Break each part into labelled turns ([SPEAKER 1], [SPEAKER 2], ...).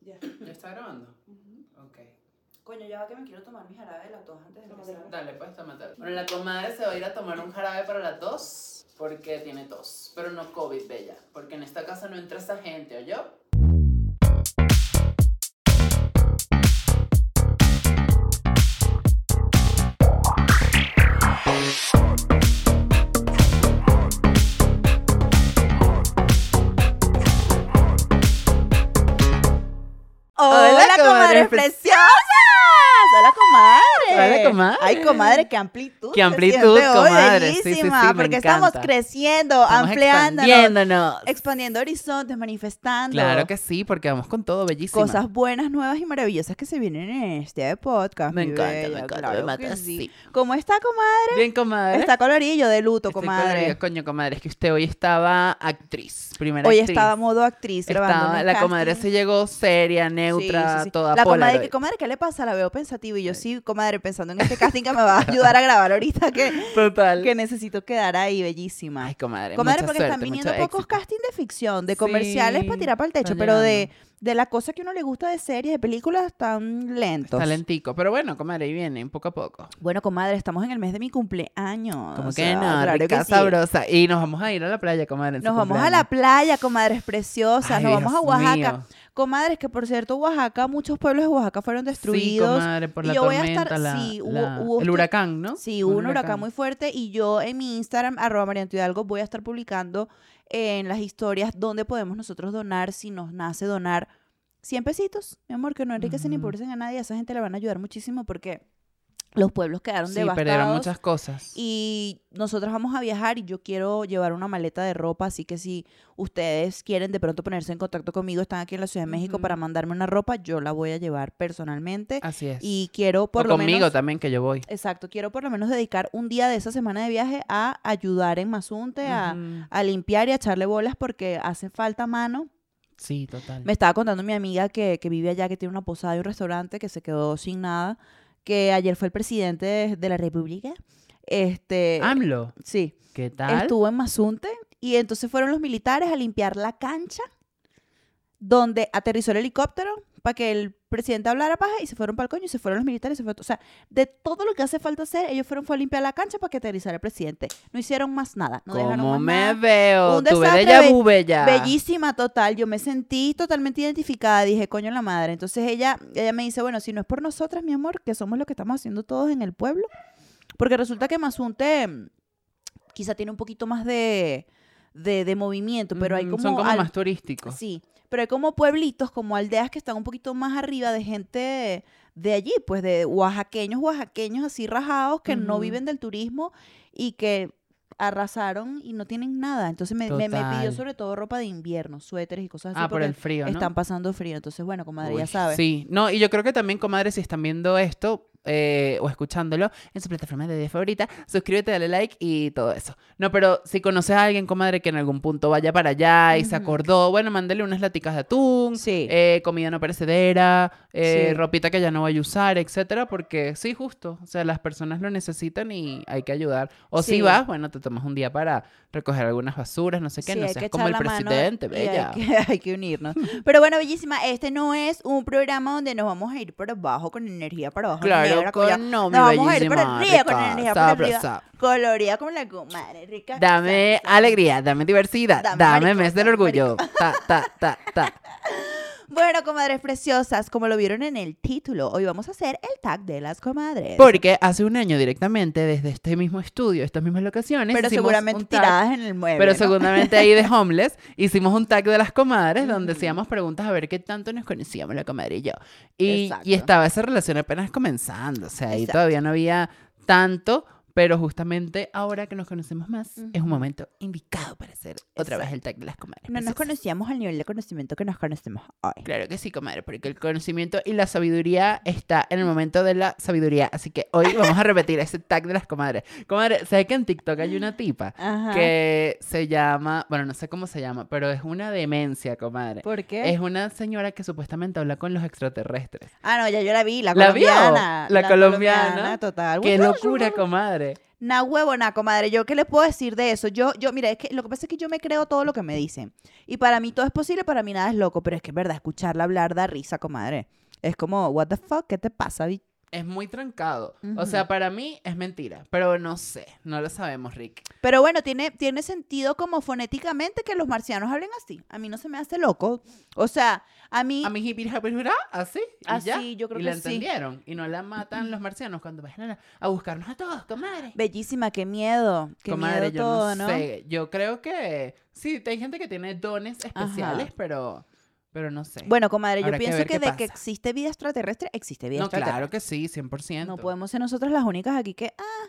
[SPEAKER 1] Ya.
[SPEAKER 2] ¿Ya está grabando?
[SPEAKER 1] Ujú.
[SPEAKER 2] Ok.
[SPEAKER 3] Coño, ya va que me quiero tomar mi jarabe de la tos antes de
[SPEAKER 1] Tómatelo.
[SPEAKER 3] empezar.
[SPEAKER 2] Dale, pues tómatelo. Bueno, la comadre se va a ir a tomar un jarabe para la tos porque tiene tos. Pero no COVID, bella. Porque en esta casa no entra esa gente, ¿o yo?
[SPEAKER 1] Hola, comadres preciosas. Hola, comadre.
[SPEAKER 2] Hola, comadre.
[SPEAKER 1] Ay, comadre, qué amplitud.
[SPEAKER 2] Qué
[SPEAKER 1] se
[SPEAKER 2] amplitud,
[SPEAKER 1] siente hoy,
[SPEAKER 2] comadre. Sí, sí, sí,
[SPEAKER 1] bellísima,
[SPEAKER 2] me
[SPEAKER 1] porque
[SPEAKER 2] encanta.
[SPEAKER 1] estamos creciendo, ampliándonos, expandiendo. horizontes, manifestando.
[SPEAKER 2] Claro que sí, porque vamos con todo, bellísima.
[SPEAKER 1] Cosas buenas, nuevas y maravillosas que se vienen en este podcast.
[SPEAKER 2] Me
[SPEAKER 1] mi
[SPEAKER 2] encanta, me
[SPEAKER 1] bella,
[SPEAKER 2] encanta, me
[SPEAKER 1] claro
[SPEAKER 2] mata,
[SPEAKER 1] que
[SPEAKER 2] sí.
[SPEAKER 1] ¿Cómo está, comadre?
[SPEAKER 2] Bien, comadre.
[SPEAKER 1] Está colorillo de luto,
[SPEAKER 2] Estoy
[SPEAKER 1] comadre.
[SPEAKER 2] colorida, Coño, comadre, es que usted hoy estaba actriz. Primera
[SPEAKER 1] Hoy
[SPEAKER 2] actriz.
[SPEAKER 1] estaba modo actriz grabando.
[SPEAKER 2] Estaba-
[SPEAKER 1] unos
[SPEAKER 2] la comadre
[SPEAKER 1] castings.
[SPEAKER 2] se llegó seria,
[SPEAKER 1] Sí, sí,
[SPEAKER 2] neutra,
[SPEAKER 1] sí.
[SPEAKER 2] toda
[SPEAKER 1] La comadre,
[SPEAKER 2] Polaroid.
[SPEAKER 1] que, comadre, ¿qué le pasa? La veo pensativa y yo sí, comadre, pensando en este casting que me va a ayudar a grabar ahorita que,
[SPEAKER 2] Total.
[SPEAKER 1] que necesito quedar ahí, bellísima.
[SPEAKER 2] Ay, comadre.
[SPEAKER 1] comadre,
[SPEAKER 2] mucha
[SPEAKER 1] porque
[SPEAKER 2] suerte,
[SPEAKER 1] están viniendo
[SPEAKER 2] mucho
[SPEAKER 1] pocos
[SPEAKER 2] éxito.
[SPEAKER 1] castings de ficción, de comerciales
[SPEAKER 2] Sí,
[SPEAKER 1] para tirar para el techo,
[SPEAKER 2] están
[SPEAKER 1] pero de, de la cosa que uno le gusta de series, de películas, tan lentos.
[SPEAKER 2] Talentico. Pero bueno, comadre, ahí vienen, poco a poco.
[SPEAKER 1] Bueno, comadre, estamos en el mes de mi cumpleaños. Ah, o
[SPEAKER 2] Como que
[SPEAKER 1] sea,
[SPEAKER 2] no,
[SPEAKER 1] claro
[SPEAKER 2] rica,
[SPEAKER 1] que sí.
[SPEAKER 2] sabrosa. Y nos vamos a ir a la playa, comadre. en su
[SPEAKER 1] Nos vamos a
[SPEAKER 2] cumpleaños.
[SPEAKER 1] la playa, comadres preciosas,
[SPEAKER 2] Ay,
[SPEAKER 1] nos vamos a
[SPEAKER 2] Dios
[SPEAKER 1] Oaxaca.
[SPEAKER 2] mío.
[SPEAKER 1] Comadres, que por cierto, Oaxaca, muchos pueblos de Oaxaca fueron destruidos.
[SPEAKER 2] Sí, comadre, por
[SPEAKER 1] y
[SPEAKER 2] la
[SPEAKER 1] yo voy a
[SPEAKER 2] tormenta,
[SPEAKER 1] estar-
[SPEAKER 2] la-
[SPEAKER 1] sí, hubo-
[SPEAKER 2] la-
[SPEAKER 1] hubo
[SPEAKER 2] el
[SPEAKER 1] esto-
[SPEAKER 2] huracán, ¿no?
[SPEAKER 1] Sí, hubo un huracán muy fuerte y yo en mi Instagram, arroba Marianto Hidalgo, voy a estar publicando en las historias donde podemos nosotros donar, si nos nace donar 100 pesitos, mi amor, que no enriquecen ni
[SPEAKER 2] Ujú.
[SPEAKER 1] empobrecen a nadie, a esa gente le van a ayudar muchísimo porque los pueblos quedaron
[SPEAKER 2] Sí,
[SPEAKER 1] devastados.
[SPEAKER 2] perdieron muchas cosas.
[SPEAKER 1] Y nosotros vamos a viajar y yo quiero llevar una maleta de ropa, así que si ustedes quieren de pronto ponerse en contacto conmigo, están aquí en la Ciudad de México
[SPEAKER 2] Ujú.
[SPEAKER 1] para mandarme una ropa, yo la voy a llevar personalmente
[SPEAKER 2] Así es.
[SPEAKER 1] y quiero por
[SPEAKER 2] o
[SPEAKER 1] lo
[SPEAKER 2] conmigo
[SPEAKER 1] menos
[SPEAKER 2] también, que yo voy.
[SPEAKER 1] Exacto, quiero por lo menos dedicar un día de esa semana de viaje a ayudar en Mazunte, a,
[SPEAKER 2] Ujú.
[SPEAKER 1] a limpiar y a echarle bolas porque hace falta mano.
[SPEAKER 2] Sí, total.
[SPEAKER 1] Me estaba contando mi amiga que, que vive allá, que tiene una posada y un restaurante, que se quedó sin nada, que ayer fue el presidente de, de la República. Este,
[SPEAKER 2] AMLO,
[SPEAKER 1] sí,
[SPEAKER 2] ¿qué tal?
[SPEAKER 1] estuvo en Mazunte y entonces fueron los militares a limpiar la cancha donde aterrizó el helicóptero para que el presidente hablara paja y se fueron para el coño y se fueron los militares. Se fue, o sea, de todo lo que hace falta hacer, ellos fueron fue a limpiar la cancha para que aterrizara el presidente. No hicieron más nada. No dejaron
[SPEAKER 2] ¿Cómo
[SPEAKER 1] más
[SPEAKER 2] me
[SPEAKER 1] nada.
[SPEAKER 2] veo?
[SPEAKER 1] Un
[SPEAKER 2] Tuve
[SPEAKER 1] desastre,
[SPEAKER 2] de
[SPEAKER 1] be-
[SPEAKER 2] vu, bella.
[SPEAKER 1] Bellísima total, yo me sentí totalmente identificada, dije, coño la madre. Entonces ella, ella me dice, bueno, si no es por nosotras, mi amor, que somos lo que estamos haciendo todos en el pueblo, porque resulta que Mazunte mm, quizá tiene un poquito más de, de, de movimiento, pero hay
[SPEAKER 2] Ujú,
[SPEAKER 1] como...
[SPEAKER 2] Son como
[SPEAKER 1] al-
[SPEAKER 2] más turísticos.
[SPEAKER 1] Sí, pero hay como pueblitos, como aldeas que están un poquito más arriba de gente de allí, pues de oaxaqueños, oaxaqueños así rajados que no
[SPEAKER 2] Ujú.
[SPEAKER 1] viven del turismo y que arrasaron y no tienen nada. Entonces me, me- me pidió
[SPEAKER 2] Total.
[SPEAKER 1] sobre todo ropa de invierno, suéteres y cosas así
[SPEAKER 2] ah, por
[SPEAKER 1] porque
[SPEAKER 2] el frío, ¿no?
[SPEAKER 1] están pasando frío. Entonces, bueno, comadre, ya
[SPEAKER 2] Uy,
[SPEAKER 1] sabes.
[SPEAKER 2] Sí, no, y yo creo que también, comadre, si están viendo esto eh, o escuchándolo en su plataforma de video favorita, suscríbete, dale like y todo eso. No, pero si conoces a alguien, comadre, que en algún punto vaya para allá y se
[SPEAKER 1] Ujú.
[SPEAKER 2] acordó, bueno, mándale unas laticas de atún,
[SPEAKER 1] Sí.
[SPEAKER 2] eh, comida no perecedera, eh,
[SPEAKER 1] Sí.
[SPEAKER 2] ropita que ya no vaya a usar, etcétera, porque sí, justo, o sea, las personas lo necesitan y hay que ayudar. O si
[SPEAKER 1] Sí.
[SPEAKER 2] vas, bueno, te tomas un día para recoger algunas basuras, no sé qué,
[SPEAKER 1] Sí,
[SPEAKER 2] no
[SPEAKER 1] hay
[SPEAKER 2] seas
[SPEAKER 1] que
[SPEAKER 2] como
[SPEAKER 1] echar
[SPEAKER 2] el
[SPEAKER 1] la mano
[SPEAKER 2] presidente,
[SPEAKER 1] y hay
[SPEAKER 2] bella.
[SPEAKER 1] que- Hay que, unirnos. Pero bueno, bellísima, este no es un programa donde nos vamos a ir para abajo con energía para abajo. negra,
[SPEAKER 2] Claro,
[SPEAKER 1] con-
[SPEAKER 2] con no, mi
[SPEAKER 1] Nos vamos a ir
[SPEAKER 2] bellísima,
[SPEAKER 1] para arriba con
[SPEAKER 2] rica,
[SPEAKER 1] energía para arriba.
[SPEAKER 2] sabrosa.
[SPEAKER 1] colorida como la comadre rica.
[SPEAKER 2] Dame
[SPEAKER 1] sabrosa.
[SPEAKER 2] alegría, dame diversidad,
[SPEAKER 1] Dame
[SPEAKER 2] dame,
[SPEAKER 1] maricón,
[SPEAKER 2] mes del
[SPEAKER 1] dame
[SPEAKER 2] orgullo. Ta, ta, ta, ta.
[SPEAKER 1] Bueno, comadres preciosas, como lo vieron en el título, hoy vamos a hacer el tag de las comadres.
[SPEAKER 2] Porque hace un año directamente, desde este mismo estudio, estas mismas locaciones,
[SPEAKER 1] pero
[SPEAKER 2] hicimos
[SPEAKER 1] seguramente
[SPEAKER 2] un tag,
[SPEAKER 1] tiradas en el mueble.
[SPEAKER 2] Pero
[SPEAKER 1] ¿no?
[SPEAKER 2] seguramente ahí de homeless, hicimos un tag de las comadres donde
[SPEAKER 1] Ujú.
[SPEAKER 2] hacíamos preguntas a ver qué tanto nos conocíamos la comadre y yo. Y,
[SPEAKER 1] Exacto.
[SPEAKER 2] y estaba esa relación apenas comenzando, o sea, ahí
[SPEAKER 1] Exacto.
[SPEAKER 2] todavía no había tanto, pero justamente ahora que nos conocemos más, es
[SPEAKER 1] Ujú.
[SPEAKER 2] un momento indicado para hacer otra vez el tag de las comadres.
[SPEAKER 1] No nos
[SPEAKER 2] preciosas.
[SPEAKER 1] conocíamos al nivel de conocimiento que nos conocemos hoy.
[SPEAKER 2] Claro que sí, comadre, porque el conocimiento y la sabiduría está en el momento de la sabiduría. Así que hoy vamos a repetir ese tag de las comadres. Comadre, ¿sabes que en TikTok hay una tipa
[SPEAKER 1] Ajá.
[SPEAKER 2] que se llama, bueno, no sé cómo se llama, pero es una demencia, comadre?
[SPEAKER 1] ¿Por qué?
[SPEAKER 2] Es una señora que supuestamente habla con los extraterrestres.
[SPEAKER 1] Ah, no, ya yo la vi, la,
[SPEAKER 2] ¿La vio?
[SPEAKER 1] colombiana.
[SPEAKER 2] La colombiana.
[SPEAKER 1] total.
[SPEAKER 2] ¡Qué locura, comadre!
[SPEAKER 1] Na huevo, na comadre, yo qué le puedo decir de eso. Yo, yo, mira, es que lo que pasa es que yo me creo todo lo que me dicen. Y para mí todo es posible, para mí nada es loco. Pero es que es verdad, escucharla hablar da risa, comadre. Es como, what the fuck, ¿qué te pasa, bi-?"
[SPEAKER 2] Es muy trancado.
[SPEAKER 1] Ujú.
[SPEAKER 2] O sea, para mí es mentira. Pero no sé. No lo sabemos, Rick.
[SPEAKER 1] Pero bueno, tiene, tiene sentido como fonéticamente que los marcianos hablen así. A mí no se me hace loco. O sea, a mí...
[SPEAKER 2] A mi hippie happy hurrah, así. y
[SPEAKER 1] Así,
[SPEAKER 2] ya.
[SPEAKER 1] yo creo
[SPEAKER 2] y
[SPEAKER 1] que
[SPEAKER 2] la
[SPEAKER 1] sí.
[SPEAKER 2] entendieron. Y no la matan los marcianos cuando vayan a, a buscarnos a todos, comadre.
[SPEAKER 1] Bellísima, qué miedo. Qué
[SPEAKER 2] comadre,
[SPEAKER 1] miedo
[SPEAKER 2] yo
[SPEAKER 1] todo,
[SPEAKER 2] no,
[SPEAKER 1] ¿no?
[SPEAKER 2] sé. Yo creo que sí, hay gente que tiene dones especiales, pero pero no sé.
[SPEAKER 1] Bueno, comadre, yo
[SPEAKER 2] Habrá que
[SPEAKER 1] pienso
[SPEAKER 2] ver
[SPEAKER 1] que
[SPEAKER 2] qué
[SPEAKER 1] de que
[SPEAKER 2] pasa.
[SPEAKER 1] existe vida extraterrestre, existe vida
[SPEAKER 2] no,
[SPEAKER 1] extraterrestre.
[SPEAKER 2] claro que sí, 100%.
[SPEAKER 1] No podemos ser nosotras las únicas aquí que... ah,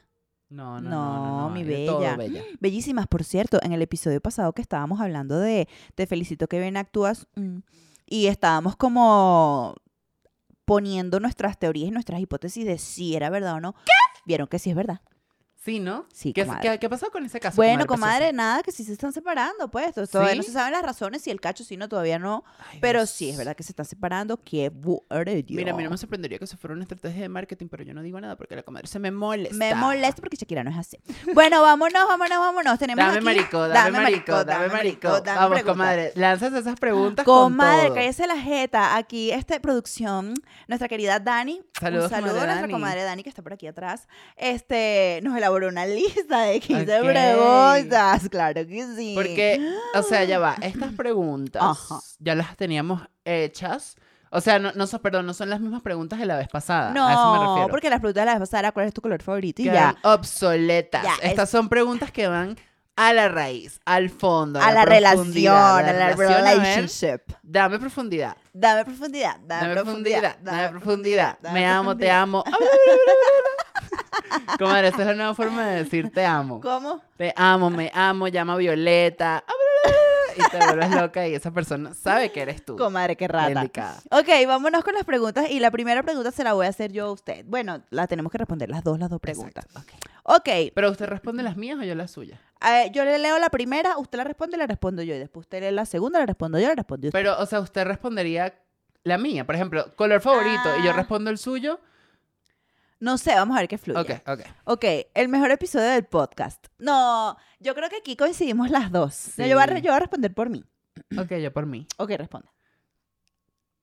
[SPEAKER 2] No, no, no,
[SPEAKER 1] No,
[SPEAKER 2] no, no,
[SPEAKER 1] mi
[SPEAKER 2] hay de todo,
[SPEAKER 1] bella. Mm.
[SPEAKER 2] bella.
[SPEAKER 1] bellísimas, por cierto, en el episodio pasado que estábamos hablando de Te felicito que bien actúas mm, y estábamos como poniendo nuestras teorías y nuestras hipótesis de si era verdad o no. ¿Qué? Vieron que sí es verdad.
[SPEAKER 2] Sí, ¿no?
[SPEAKER 1] Sí,
[SPEAKER 2] ¿Qué,
[SPEAKER 1] comadre.
[SPEAKER 2] qué, qué pasó con ese caso?
[SPEAKER 1] bueno,
[SPEAKER 2] preciosa?
[SPEAKER 1] comadre, nada, que sí se están separando, pues. to- Todavía no
[SPEAKER 2] ¿Sí?
[SPEAKER 1] se saben las razones, si el cacho, si no, todavía no.
[SPEAKER 2] Ay,
[SPEAKER 1] Pero
[SPEAKER 2] Dios.
[SPEAKER 1] sí, es verdad que se están separando. Qué bueno.
[SPEAKER 2] Pues Mira, a mí no me sorprendería que eso fuera una estrategia de marketing, pero yo no digo nada porque la comadre se me molesta.
[SPEAKER 1] Me molesta porque Shakira no es así. Bueno, vámonos, vámonos, vámonos. Tenemos
[SPEAKER 2] Dame
[SPEAKER 1] aquí-
[SPEAKER 2] marico, dame marico, dame marico.
[SPEAKER 1] dame
[SPEAKER 2] Vamos,
[SPEAKER 1] pregunta.
[SPEAKER 2] comadre, lanzas esas preguntas con
[SPEAKER 1] Comadre,
[SPEAKER 2] todo.
[SPEAKER 1] cállese la jeta. Aquí, esta producción, nuestra querida Dani.
[SPEAKER 2] Saludos,
[SPEAKER 1] un saludo
[SPEAKER 2] comadre
[SPEAKER 1] a nuestra
[SPEAKER 2] Dani.
[SPEAKER 1] comadre Dani, que está por aquí atrás. Este, nos elaboró una lista de 15
[SPEAKER 2] Ok.
[SPEAKER 1] preguntas. Claro que sí.
[SPEAKER 2] Porque, o sea, ya va, estas preguntas
[SPEAKER 1] Ajá.
[SPEAKER 2] ya las teníamos hechas. O sea, no, no son, perdón, no son las mismas preguntas de la vez pasada. a eso me
[SPEAKER 1] No,
[SPEAKER 2] refiero.
[SPEAKER 1] porque las preguntas de la vez pasada, ¿cuál es tu color favorito? Y
[SPEAKER 2] Quedan
[SPEAKER 1] ya.
[SPEAKER 2] obsoletas.
[SPEAKER 1] Ya,
[SPEAKER 2] Estas son preguntas que van a la raíz, al fondo,
[SPEAKER 1] A la relación,
[SPEAKER 2] profundidad,
[SPEAKER 1] a la
[SPEAKER 2] relación, a ver,
[SPEAKER 1] relationship.
[SPEAKER 2] dame profundidad,
[SPEAKER 1] Dame profundidad, dame,
[SPEAKER 2] dame profundidad, dame profundidad.
[SPEAKER 1] dame
[SPEAKER 2] Me amo, te
[SPEAKER 1] profundidad.
[SPEAKER 2] amo. Comadre, esta es la nueva forma de decir te amo.
[SPEAKER 1] ¿Cómo?
[SPEAKER 2] Te amo, me amo, llama a Violeta. Y te vuelves loca y esa persona sabe que eres tú.
[SPEAKER 1] Comadre, qué
[SPEAKER 2] la
[SPEAKER 1] rata.
[SPEAKER 2] indicada.
[SPEAKER 1] Ok, vámonos con las preguntas. Y la primera pregunta se la voy a hacer yo a usted. Bueno, la tenemos que responder las dos, las dos preguntas.
[SPEAKER 2] Exacto, ok.
[SPEAKER 1] Ok,
[SPEAKER 2] Pero usted responde las mías o yo las suyas.
[SPEAKER 1] eh, yo le leo la primera, usted la responde y la respondo yo. Y después usted lee la segunda, la respondo yo, la respondo usted.
[SPEAKER 2] Pero, o sea, usted respondería la mía. Por ejemplo, color favorito y yo
[SPEAKER 1] Ah.
[SPEAKER 2] respondo el suyo.
[SPEAKER 1] No sé, vamos a ver qué fluye.
[SPEAKER 2] Ok, ok.
[SPEAKER 1] Ok, el mejor episodio del podcast. No, yo creo que aquí coincidimos las dos. No, yo, voy a, re-
[SPEAKER 2] Sí.
[SPEAKER 1] yo voy a responder por mí.
[SPEAKER 2] Ok, yo por mí.
[SPEAKER 1] Ok, responde.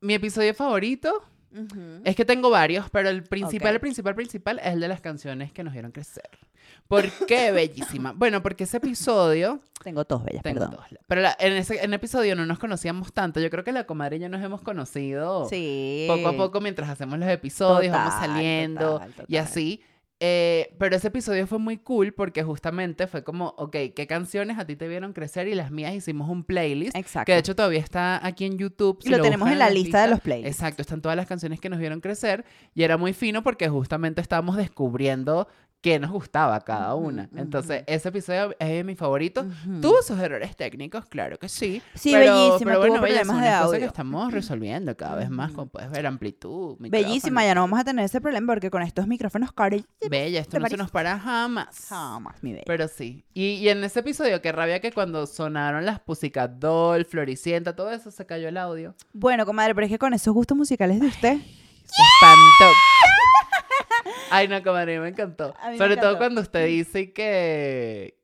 [SPEAKER 2] Mi episodio favorito
[SPEAKER 1] Ujú.
[SPEAKER 2] es que tengo varios, pero el principal,
[SPEAKER 1] Ok.
[SPEAKER 2] el principal, principal es el de las canciones que nos dieron crecer. ¿Por qué, bellísima? Bueno, porque ese episodio
[SPEAKER 1] Tengo tos, bellas,
[SPEAKER 2] Tengo
[SPEAKER 1] perdón.
[SPEAKER 2] dos. Pero la- en ese en episodio no nos conocíamos tanto. Yo creo que la comadre y yo nos hemos conocido
[SPEAKER 1] Sí.
[SPEAKER 2] poco a poco mientras hacemos los episodios, vamos
[SPEAKER 1] Total,
[SPEAKER 2] saliendo
[SPEAKER 1] total,
[SPEAKER 2] y
[SPEAKER 1] total.
[SPEAKER 2] así. Eh, pero ese episodio fue muy cool porque justamente fue como, ok, ¿qué canciones a ti te vieron crecer? Y las mías hicimos un playlist.
[SPEAKER 1] Exacto.
[SPEAKER 2] Que de hecho todavía está aquí en YouTube.
[SPEAKER 1] Y lo tenemos
[SPEAKER 2] buscan
[SPEAKER 1] en la lista de los playlists.
[SPEAKER 2] Exacto, están todas las canciones que nos vieron crecer. Y era muy fino porque justamente estábamos descubriendo qué nos gustaba a cada
[SPEAKER 1] Ujú,
[SPEAKER 2] una.
[SPEAKER 1] ujú.
[SPEAKER 2] Entonces, ese episodio es mi favorito.
[SPEAKER 1] Ujú.
[SPEAKER 2] Tuvo sus errores técnicos, claro que sí.
[SPEAKER 1] Sí,
[SPEAKER 2] pero,
[SPEAKER 1] bellísima,
[SPEAKER 2] pero
[SPEAKER 1] tuvo
[SPEAKER 2] bueno, bella,
[SPEAKER 1] problemas
[SPEAKER 2] son
[SPEAKER 1] de
[SPEAKER 2] las cosas que
[SPEAKER 1] audio.
[SPEAKER 2] estamos resolviendo cada vez más,
[SPEAKER 1] Ujú.
[SPEAKER 2] como puedes ver, amplitud, micrófono.
[SPEAKER 1] Bellísima, ya no vamos a tener ese problema porque con estos micrófonos caros
[SPEAKER 2] Bella, esto
[SPEAKER 1] ¿Te
[SPEAKER 2] no se
[SPEAKER 1] parece?
[SPEAKER 2] nos para jamás.
[SPEAKER 1] jamás, mi bella.
[SPEAKER 2] Pero sí. Y, y en ese episodio, qué rabia que cuando sonaron las Pussycat Doll, Floricienta, todo eso, se cayó el audio.
[SPEAKER 1] Bueno, comadre, pero es que con esos gustos musicales de usted.
[SPEAKER 2] Se espantó. Ay, no, comadre, me encantó.
[SPEAKER 1] A mí me
[SPEAKER 2] Sobre todo
[SPEAKER 1] encantó. Mm.
[SPEAKER 2] cuando usted dice que...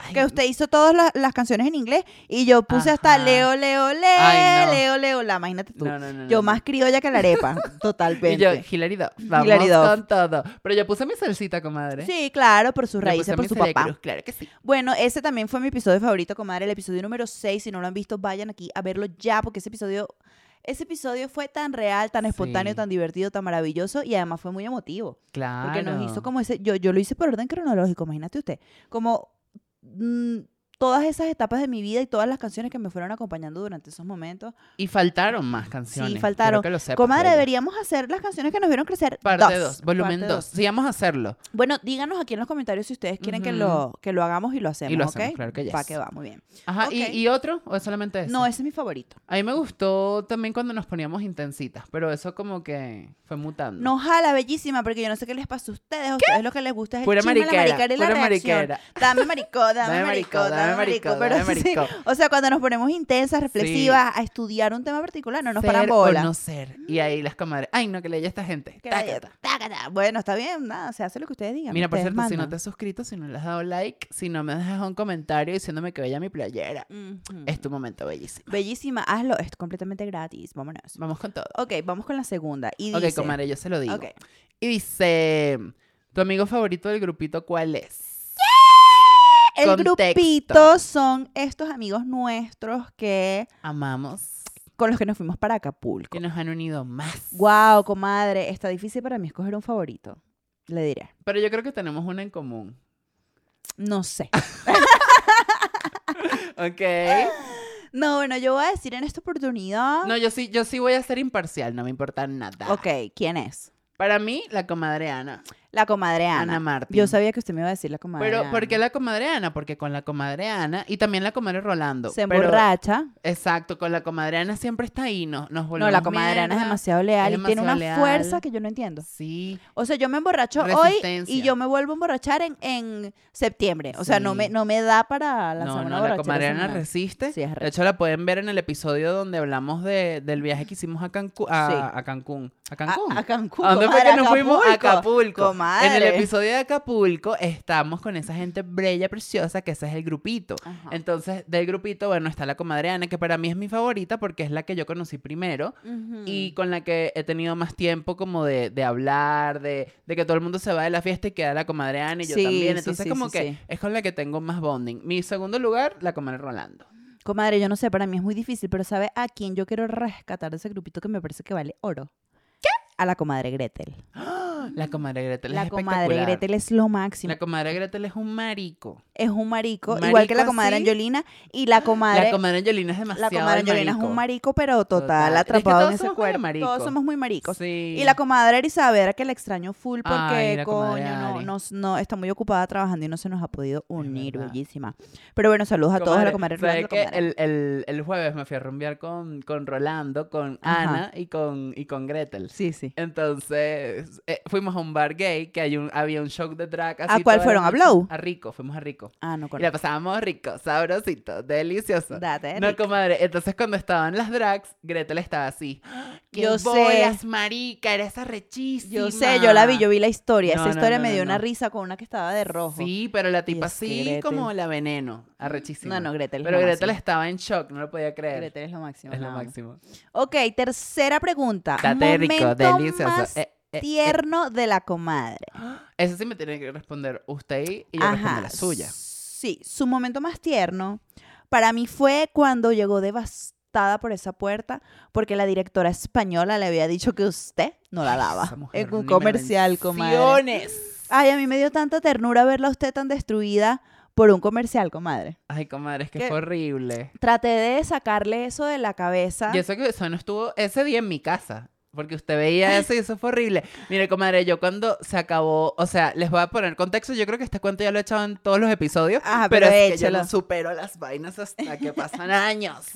[SPEAKER 2] Ay,
[SPEAKER 1] Que usted hizo todas la- las canciones en inglés y yo puse hasta
[SPEAKER 2] Ajá.
[SPEAKER 1] Leo, Leo, Leo,
[SPEAKER 2] Ay, no.
[SPEAKER 1] Leo, Leo, la, imagínate tú.
[SPEAKER 2] No, no, no, no,
[SPEAKER 1] yo
[SPEAKER 2] no.
[SPEAKER 1] más criolla que la arepa, totalmente.
[SPEAKER 2] Y yo, ¿eh? Hilary Duff, vamos
[SPEAKER 1] Hilary Duff.
[SPEAKER 2] con todo. Pero yo puse mi salsita, comadre.
[SPEAKER 1] Sí, claro, por sus
[SPEAKER 2] Le puse
[SPEAKER 1] raíces, por
[SPEAKER 2] mi
[SPEAKER 1] su
[SPEAKER 2] Celia
[SPEAKER 1] papá.
[SPEAKER 2] Cruz, claro que sí.
[SPEAKER 1] Bueno, ese también fue mi episodio favorito, comadre, el episodio número 6. Si no lo han visto, vayan aquí a verlo ya, porque ese episodio, ese episodio fue tan real, tan espontáneo,
[SPEAKER 2] Sí.
[SPEAKER 1] tan divertido, tan maravilloso y además fue muy emotivo.
[SPEAKER 2] Claro.
[SPEAKER 1] Porque nos hizo como ese, yo, yo lo hice por orden cronológico, imagínate usted, como mm, todas esas etapas de mi vida y todas las canciones que me fueron acompañando durante esos momentos.
[SPEAKER 2] Y faltaron más canciones. quiero
[SPEAKER 1] faltaron.
[SPEAKER 2] que lo sepas,
[SPEAKER 1] Comadre,
[SPEAKER 2] Bella.
[SPEAKER 1] deberíamos hacer las canciones que nos vieron crecer.
[SPEAKER 2] Parte 2, volumen
[SPEAKER 1] parte
[SPEAKER 2] 2. Sí, vamos a hacerlo.
[SPEAKER 1] Bueno, díganos aquí en los comentarios si ustedes quieren que,
[SPEAKER 2] Ujú.
[SPEAKER 1] lo, que lo hagamos y lo hacemos,
[SPEAKER 2] lo
[SPEAKER 1] ¿ok?
[SPEAKER 2] hacemos, claro que
[SPEAKER 1] Va
[SPEAKER 2] yes.
[SPEAKER 1] que va, muy bien.
[SPEAKER 2] Ajá,
[SPEAKER 1] Ok.
[SPEAKER 2] ¿y, y otro? ¿O es solamente ese?
[SPEAKER 1] No, ese es mi favorito.
[SPEAKER 2] A mí me gustó también cuando nos poníamos intensitas, pero eso como que fue mutando.
[SPEAKER 1] No jala, bellísima, porque yo no sé qué les pasa a ustedes. A ustedes lo que les gusta es el
[SPEAKER 2] Pura
[SPEAKER 1] chisme, la
[SPEAKER 2] mariquera,
[SPEAKER 1] mariquera y la
[SPEAKER 2] pura
[SPEAKER 1] reacción.
[SPEAKER 2] mariquera.
[SPEAKER 1] Dame maricó, dame maricó, dame
[SPEAKER 2] dame marico, dame
[SPEAKER 1] sí,
[SPEAKER 2] marico.
[SPEAKER 1] o sea, cuando nos ponemos intensas, reflexivas, a estudiar un tema particular, no nos paran
[SPEAKER 2] Ser o
[SPEAKER 1] bola.
[SPEAKER 2] no ser. Y ahí las comadres, ay, no, que leía esta gente.
[SPEAKER 1] Que
[SPEAKER 2] Tácata.
[SPEAKER 1] vaya, tácata. Bueno, está bien, nada, se hace lo que ustedes digan.
[SPEAKER 2] Mira, por
[SPEAKER 1] ustedes
[SPEAKER 2] cierto, si no
[SPEAKER 1] mandan.
[SPEAKER 2] te has suscrito, si no le has dado like, si no me dejas un comentario diciéndome que vaya mi playera,
[SPEAKER 1] Ujú.
[SPEAKER 2] es tu momento bellísimo.
[SPEAKER 1] Bellísima, hazlo, es completamente gratis, vámonos.
[SPEAKER 2] Vamos con todo.
[SPEAKER 1] Ok, vamos con la segunda. Y
[SPEAKER 2] ok,
[SPEAKER 1] dice,
[SPEAKER 2] comadre, yo se lo digo.
[SPEAKER 1] ok,
[SPEAKER 2] Y dice, ¿tu amigo favorito del grupito cuál es?
[SPEAKER 1] El
[SPEAKER 2] Contexto.
[SPEAKER 1] grupito son estos amigos nuestros que
[SPEAKER 2] Amamos.
[SPEAKER 1] con los que nos fuimos para Acapulco.
[SPEAKER 2] Que nos han unido más.
[SPEAKER 1] Wow, comadre, está difícil para mí escoger un favorito. Le diré.
[SPEAKER 2] Pero yo creo que tenemos una en común.
[SPEAKER 1] No sé.
[SPEAKER 2] Ah. Ok.
[SPEAKER 1] Ah. No, bueno, yo voy a decir en esta oportunidad.
[SPEAKER 2] No, yo sí, yo sí voy a ser imparcial, no me importa nada.
[SPEAKER 1] Ok, ¿quién es?
[SPEAKER 2] Para mí, la comadre Ana.
[SPEAKER 1] La comadre Ana.
[SPEAKER 2] Ana Martín.
[SPEAKER 1] Yo sabía que usted me iba a decir la comadre
[SPEAKER 2] Pero,
[SPEAKER 1] Ana.
[SPEAKER 2] ¿por qué la comadre Ana? Porque con la comadre Ana y también la comadre Rolando.
[SPEAKER 1] se
[SPEAKER 2] pero-
[SPEAKER 1] emborracha.
[SPEAKER 2] Exacto, con la comadre Ana siempre está ahí, nos, nos
[SPEAKER 1] No,
[SPEAKER 2] volvemos
[SPEAKER 1] la comadre Ana es
[SPEAKER 2] mierda.
[SPEAKER 1] demasiado leal
[SPEAKER 2] es
[SPEAKER 1] y tiene una
[SPEAKER 2] demasiado
[SPEAKER 1] fuerza
[SPEAKER 2] leal.
[SPEAKER 1] que yo no entiendo.
[SPEAKER 2] Sí,
[SPEAKER 1] O sea, yo me emborracho hoy y
[SPEAKER 2] Resistencia.
[SPEAKER 1] yo me vuelvo a emborrachar en, en septiembre. O sea, no,
[SPEAKER 2] Sí.
[SPEAKER 1] me, no me da para la
[SPEAKER 2] no,
[SPEAKER 1] semana
[SPEAKER 2] no, la comadre Ana resiste.
[SPEAKER 1] Sí, es
[SPEAKER 2] de hecho, la pueden ver en el episodio donde hablamos de- del viaje que hicimos a, Cancún a,
[SPEAKER 1] Sí.
[SPEAKER 2] a Cancún. ¿A Cancún?
[SPEAKER 1] Cancún. A, a Cancún.
[SPEAKER 2] ¿A dónde fue
[SPEAKER 1] comadre,
[SPEAKER 2] que nos fuimos? A
[SPEAKER 1] Acapulco.
[SPEAKER 2] Acapulco. En el
[SPEAKER 1] Comadre.
[SPEAKER 2] episodio de Acapulco estamos con esa gente bella, preciosa, que ese es el grupito.
[SPEAKER 1] Ajá.
[SPEAKER 2] Entonces, del grupito, bueno, está la comadre Ana, que para mí es mi favorita porque es la que yo conocí primero.
[SPEAKER 1] Ujú.
[SPEAKER 2] y con la que he tenido más tiempo como de, de hablar, de, de que todo el mundo se va de la fiesta y queda la comadre Ana y yo
[SPEAKER 1] Sí,
[SPEAKER 2] también.
[SPEAKER 1] sí,
[SPEAKER 2] Entonces
[SPEAKER 1] sí,
[SPEAKER 2] como
[SPEAKER 1] sí,
[SPEAKER 2] que
[SPEAKER 1] sí.
[SPEAKER 2] es con la que tengo más bonding. Mi segundo lugar, la comadre Rolando.
[SPEAKER 1] Comadre, yo no sé, para mí es muy difícil, pero ¿sabe a quién yo quiero rescatar de ese grupito que me parece que vale oro? ¿Qué? A la comadre Gretel.
[SPEAKER 2] La comadre Gretel
[SPEAKER 1] La
[SPEAKER 2] es
[SPEAKER 1] comadre
[SPEAKER 2] espectacular.
[SPEAKER 1] Gretel es lo máximo.
[SPEAKER 2] La comadre Gretel es un marico.
[SPEAKER 1] Es un marico,
[SPEAKER 2] Un
[SPEAKER 1] igual que la
[SPEAKER 2] marico
[SPEAKER 1] comadre
[SPEAKER 2] así.
[SPEAKER 1] Angelina. Y la comadre.
[SPEAKER 2] la comadre Angelina es demasiado
[SPEAKER 1] la comadre
[SPEAKER 2] el
[SPEAKER 1] Angelina es un marico, pero total,
[SPEAKER 2] Total. Es que
[SPEAKER 1] atrapado
[SPEAKER 2] todos
[SPEAKER 1] en ese
[SPEAKER 2] somos medio
[SPEAKER 1] cuerpo.
[SPEAKER 2] maricos.
[SPEAKER 1] Todos somos muy maricos.
[SPEAKER 2] Sí.
[SPEAKER 1] Y la comadre Erisabera, que la extraño full porque,
[SPEAKER 2] Ay, la comadre
[SPEAKER 1] coño, no,
[SPEAKER 2] Ari.
[SPEAKER 1] no, no, está muy ocupada trabajando y no se nos ha podido unir,
[SPEAKER 2] verdad.
[SPEAKER 1] bellísima. Pero bueno, saludos a todos, a la comadre
[SPEAKER 2] ¿sabes
[SPEAKER 1] Rolando,
[SPEAKER 2] qué?
[SPEAKER 1] comadre.
[SPEAKER 2] el, el- el jueves me fui a rumbear con, con Rolando, con
[SPEAKER 1] Ajá.
[SPEAKER 2] Ana y con, y con Gretel.
[SPEAKER 1] Sí, sí.
[SPEAKER 2] Entonces, eh, fuimos a un bar gay que hay un, había un show de drag. Así
[SPEAKER 1] cuál
[SPEAKER 2] toda la
[SPEAKER 1] fueron? ¿A
[SPEAKER 2] noche.
[SPEAKER 1] Blow?
[SPEAKER 2] A Rico, fuimos a Rico.
[SPEAKER 1] Ah, no,
[SPEAKER 2] Y
[SPEAKER 1] correcto.
[SPEAKER 2] la pasábamos rico, sabrosito, delicioso.
[SPEAKER 1] Date,
[SPEAKER 2] No,
[SPEAKER 1] Rick.
[SPEAKER 2] comadre. Entonces, cuando estaban las drags, Gretel estaba así. "¡Ah, ¡Qué
[SPEAKER 1] Yo sé.
[SPEAKER 2] bolas, marica! Eres arrechísima.
[SPEAKER 1] Yo sé, yo la vi, yo vi la historia.
[SPEAKER 2] No,
[SPEAKER 1] Esa
[SPEAKER 2] no,
[SPEAKER 1] historia
[SPEAKER 2] no,
[SPEAKER 1] me
[SPEAKER 2] no,
[SPEAKER 1] dio una
[SPEAKER 2] no.
[SPEAKER 1] risa con una que estaba de rojo.
[SPEAKER 2] Sí, pero la tipa
[SPEAKER 1] es que
[SPEAKER 2] así
[SPEAKER 1] Gretel.
[SPEAKER 2] como la veneno, arrechísima.
[SPEAKER 1] No, no, Gretel. es
[SPEAKER 2] Pero
[SPEAKER 1] lo
[SPEAKER 2] Gretel
[SPEAKER 1] máximo.
[SPEAKER 2] estaba en shock, no lo podía creer.
[SPEAKER 1] Gretel es lo máximo.
[SPEAKER 2] es lo
[SPEAKER 1] la amo.
[SPEAKER 2] máximo.
[SPEAKER 1] Ok, tercera pregunta.
[SPEAKER 2] Date rico,
[SPEAKER 1] Momento
[SPEAKER 2] delicioso.
[SPEAKER 1] más
[SPEAKER 2] Eh, eh, eh.
[SPEAKER 1] tierno de la comadre.
[SPEAKER 2] Eso sí me tiene que responder usted y yo respondo la suya.
[SPEAKER 1] Sí, su momento más tierno para mí fue cuando llegó devastada por esa puerta porque la directora española le había dicho que usted no la daba
[SPEAKER 2] Esa mujer
[SPEAKER 1] en un
[SPEAKER 2] ni me
[SPEAKER 1] comercial, comadre.
[SPEAKER 2] menciones.
[SPEAKER 1] Ay, a mí me dio tanta ternura verla a usted tan destruida por un comercial, comadre.
[SPEAKER 2] Ay, comadre, es que
[SPEAKER 1] ¿Qué?
[SPEAKER 2] fue horrible.
[SPEAKER 1] Traté de sacarle eso de la cabeza.
[SPEAKER 2] Y eso que eso no estuvo ese día en mi casa. Porque usted veía eso y eso fue horrible. Mire, comadre, yo cuando se acabó, o sea, les voy a poner contexto. Yo creo que este cuento ya lo he echado en todos los episodios.
[SPEAKER 1] Ajá,
[SPEAKER 2] pero
[SPEAKER 1] Ah, pero
[SPEAKER 2] es que yo
[SPEAKER 1] échalo.
[SPEAKER 2] no supero las vainas hasta que pasan años.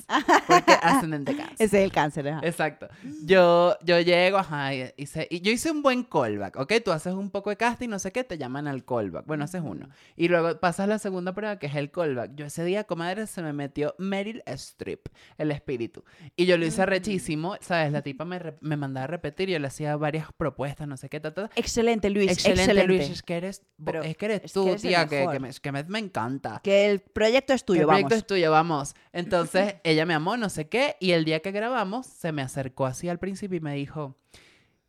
[SPEAKER 2] Porque ascendente cáncer.
[SPEAKER 1] Ese es el cáncer, ajá.
[SPEAKER 2] Exacto. Yo, yo llego, ajá, y, hice- y yo hice un buen callback, ¿ok? Tú haces un poco de casting, no sé qué, te llaman al callback. Bueno, haces uno. Y luego pasas la segunda prueba, que es el callback. Yo ese día, comadre, se me metió Meryl Streep, el espíritu. Y yo lo hice rechísimo, ¿sabes? La tipa me, re- me mandaba a repetir, yo le hacía varias propuestas, no sé qué, ta, ta, ta.
[SPEAKER 1] Excelente, Luis.
[SPEAKER 2] Excelente,
[SPEAKER 1] Excelente,
[SPEAKER 2] Luis, es que eres, bo-
[SPEAKER 1] Pero
[SPEAKER 2] es que eres
[SPEAKER 1] es que
[SPEAKER 2] tú,
[SPEAKER 1] eres el
[SPEAKER 2] tía, que,
[SPEAKER 1] mejor.
[SPEAKER 2] que me, que me- me encanta.
[SPEAKER 1] Que el proyecto es tuyo,
[SPEAKER 2] El proyecto
[SPEAKER 1] vamos.
[SPEAKER 2] es tuyo, vamos. Entonces, ella me amó, no sé qué, y el día que grabamos, se me acercó así al principio y me dijo,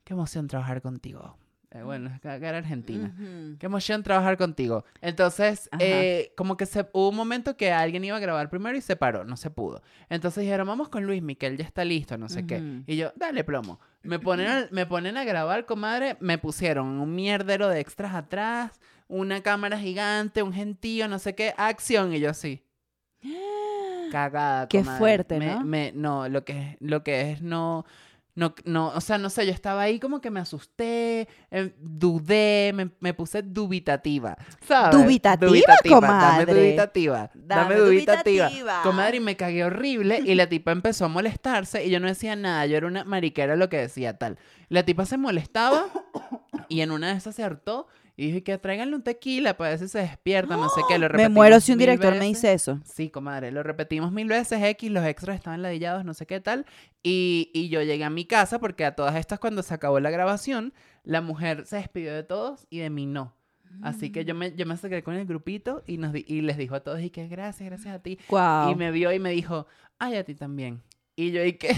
[SPEAKER 2] qué emoción trabajar contigo. Eh, bueno, es que era Argentina.
[SPEAKER 1] Ujú.
[SPEAKER 2] Qué emoción trabajar contigo. Entonces,
[SPEAKER 1] Ajá.
[SPEAKER 2] eh, como que se, hubo un momento que alguien iba a grabar primero y se paró, no se pudo. Entonces dijeron, vamos con Luis, Miquel ya está listo, no sé
[SPEAKER 1] Ujú.
[SPEAKER 2] qué. Y yo, dale plomo. Me ponen, al- me ponen a grabar, comadre, me pusieron un mierdero de extras atrás, una cámara gigante, un gentío, no sé qué, acción. Y yo así cagada.
[SPEAKER 1] Qué
[SPEAKER 2] comadre.
[SPEAKER 1] fuerte,
[SPEAKER 2] Me-
[SPEAKER 1] ¿no?
[SPEAKER 2] me- no, lo que es, lo que es no, no, no, o sea, no sé, yo estaba ahí como que me asusté, eh, dudé, me, me puse dubitativa, ¿sabes?
[SPEAKER 1] ¿Dubitativa,
[SPEAKER 2] Dame
[SPEAKER 1] comadre?
[SPEAKER 2] dubitativa, dame
[SPEAKER 1] Dame
[SPEAKER 2] dubitativa.
[SPEAKER 1] dubitativa.
[SPEAKER 2] Comadre, y me cagué horrible y la tipa empezó a molestarse y yo no decía nada, yo era una mariquera lo que decía tal. La tipa se molestaba y en una de esas se hartó Y dije que tráiganle un tequila para ver si se despierta, no sé qué. Lo
[SPEAKER 1] Me
[SPEAKER 2] repetimos
[SPEAKER 1] muero si un
[SPEAKER 2] mil
[SPEAKER 1] director me
[SPEAKER 2] veces.
[SPEAKER 1] dice eso.
[SPEAKER 2] Sí, comadre, lo repetimos mil veces, X, los extras estaban ladillados, no sé qué tal. Y, y yo llegué a mi casa porque a todas estas, cuando se acabó la grabación, la mujer se despidió de todos y de mí no. Así que
[SPEAKER 1] Mm.
[SPEAKER 2] yo me, yo me acerqué con el grupito y, nos di- y les dijo a todos, y que gracias, gracias a ti.
[SPEAKER 1] Guau.
[SPEAKER 2] Y me vio y me dijo, ay, a ti también. Y yo, y que,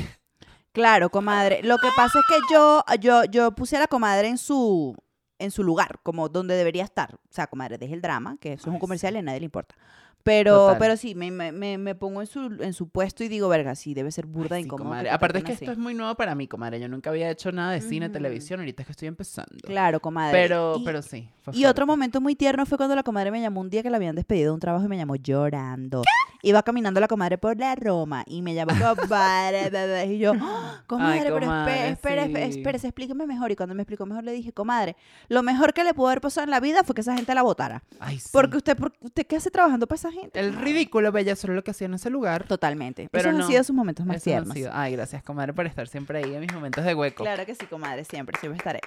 [SPEAKER 1] Claro, comadre. Lo que pasa es que yo, yo, yo puse a la comadre en su, en su lugar, como donde debería estar. O sea, comadre, deje el drama, que eso es
[SPEAKER 2] Ay,
[SPEAKER 1] un
[SPEAKER 2] sí.
[SPEAKER 1] comercial y a nadie le importa. Pero,
[SPEAKER 2] Total.
[SPEAKER 1] pero sí, me, me- me- me pongo en su, en su puesto y digo, verga, sí, debe ser burda y
[SPEAKER 2] Ay, sí,
[SPEAKER 1] incómodo.
[SPEAKER 2] comadre.
[SPEAKER 1] te
[SPEAKER 2] Aparte es que
[SPEAKER 1] traten
[SPEAKER 2] esto es
[SPEAKER 1] así.
[SPEAKER 2] muy nuevo para mí, comadre. Yo nunca había hecho nada de cine,
[SPEAKER 1] Ujú.
[SPEAKER 2] televisión, ahorita es que estoy empezando.
[SPEAKER 1] Claro, comadre.
[SPEAKER 2] Pero,
[SPEAKER 1] Y-
[SPEAKER 2] pero sí. fue
[SPEAKER 1] Y otro
[SPEAKER 2] fuerte.
[SPEAKER 1] momento muy tierno fue cuando la comadre me llamó un día que la habían despedido de un trabajo y me llamó llorando. Iba caminando la comadre por la Roma y me llamó comadre. bla, bla, y yo, "Ah, comadre, pero
[SPEAKER 2] comadre,
[SPEAKER 1] espera, espera, espera,
[SPEAKER 2] sí.
[SPEAKER 1] espérese, explíqueme mejor. Y cuando me explicó mejor le dije, comadre, lo mejor que le pudo haber pasado en la vida fue que esa gente la votara.
[SPEAKER 2] Ay, sí.
[SPEAKER 1] Porque usted, por- usted ¿qué hace trabajando para esa gente?
[SPEAKER 2] El ridículo, bella, solo lo que hacía en ese lugar.
[SPEAKER 1] Totalmente.
[SPEAKER 2] Pero
[SPEAKER 1] Esos
[SPEAKER 2] no,
[SPEAKER 1] han sido sus momentos más
[SPEAKER 2] Eso no ha
[SPEAKER 1] tiernos.
[SPEAKER 2] sido. Ay, gracias, comadre, por estar siempre ahí en mis momentos de hueco.
[SPEAKER 1] Claro que sí, comadre, siempre, siempre estaré.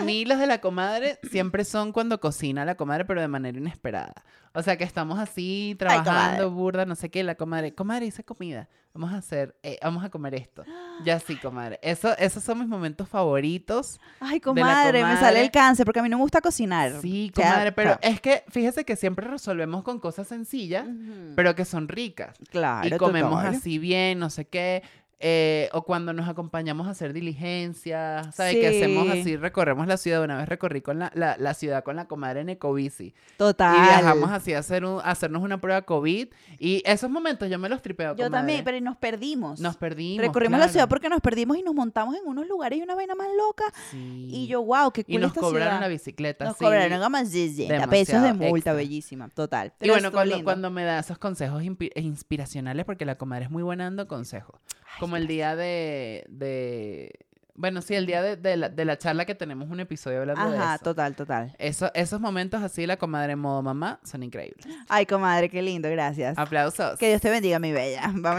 [SPEAKER 2] mí, los de la comadre siempre son cuando cocina la comadre, pero de manera inesperada. O sea, que estamos así,
[SPEAKER 1] comadre.
[SPEAKER 2] trabajando, burda, no sé qué, la comadre, comadre, hice comida, vamos a hacer, eh, vamos a comer esto. Ya sí, comadre. Eso, esos son mis momentos favoritos.
[SPEAKER 1] Ay,
[SPEAKER 2] De la
[SPEAKER 1] comadre, me
[SPEAKER 2] comadre.
[SPEAKER 1] sale el cáncer porque a mí no me gusta cocinar.
[SPEAKER 2] Sí,
[SPEAKER 1] O sea,
[SPEAKER 2] comadre, pero
[SPEAKER 1] claro.
[SPEAKER 2] es que fíjese que siempre resolvemos con cosas sencillas,
[SPEAKER 1] Ujú.
[SPEAKER 2] pero que son ricas.
[SPEAKER 1] Claro,
[SPEAKER 2] y comemos
[SPEAKER 1] total.
[SPEAKER 2] así bien, no sé qué. eh, o cuando nos acompañamos a hacer diligencias, ¿sabes? Que hacemos
[SPEAKER 1] Sí.
[SPEAKER 2] así, recorremos la ciudad. Una vez recorrí con la, la- la ciudad con la comadre en Ecobici.
[SPEAKER 1] Total.
[SPEAKER 2] Y viajamos así a, hacer un- a hacernos una prueba COVID. Y esos momentos yo me los tripeo.
[SPEAKER 1] Yo
[SPEAKER 2] comadre.
[SPEAKER 1] también, pero y nos perdimos.
[SPEAKER 2] Nos perdimos.
[SPEAKER 1] Recorrimos la
[SPEAKER 2] claro.
[SPEAKER 1] ciudad porque nos perdimos y nos montamos en unos lugares y una vaina más loca.
[SPEAKER 2] Sí.
[SPEAKER 1] Y yo, wow, qué cool
[SPEAKER 2] Y nos
[SPEAKER 1] esta
[SPEAKER 2] cobraron
[SPEAKER 1] ciudad.
[SPEAKER 2] la bicicleta.
[SPEAKER 1] Nos
[SPEAKER 2] sí.
[SPEAKER 1] cobraron como 60 pesos de
[SPEAKER 2] Demasiado
[SPEAKER 1] multa,
[SPEAKER 2] extra.
[SPEAKER 1] bellísima, total.
[SPEAKER 2] Y
[SPEAKER 1] Pero
[SPEAKER 2] bueno,
[SPEAKER 1] estuvo
[SPEAKER 2] cuando,
[SPEAKER 1] lindo.
[SPEAKER 2] cuando me da esos consejos inspi- inspiracionales, porque la comadre es muy buena dando consejos. Como el día de, de- Bueno, sí, el día de, de la, de la charla que tenemos un episodio hablando
[SPEAKER 1] Ajá,
[SPEAKER 2] de eso.
[SPEAKER 1] total, total.
[SPEAKER 2] Eso- esos momentos así, la comadre en modo mamá, son increíbles.
[SPEAKER 1] Ay, comadre, qué lindo, gracias.
[SPEAKER 2] Aplausos.
[SPEAKER 1] Que Dios te bendiga, mi bella. Vámonos.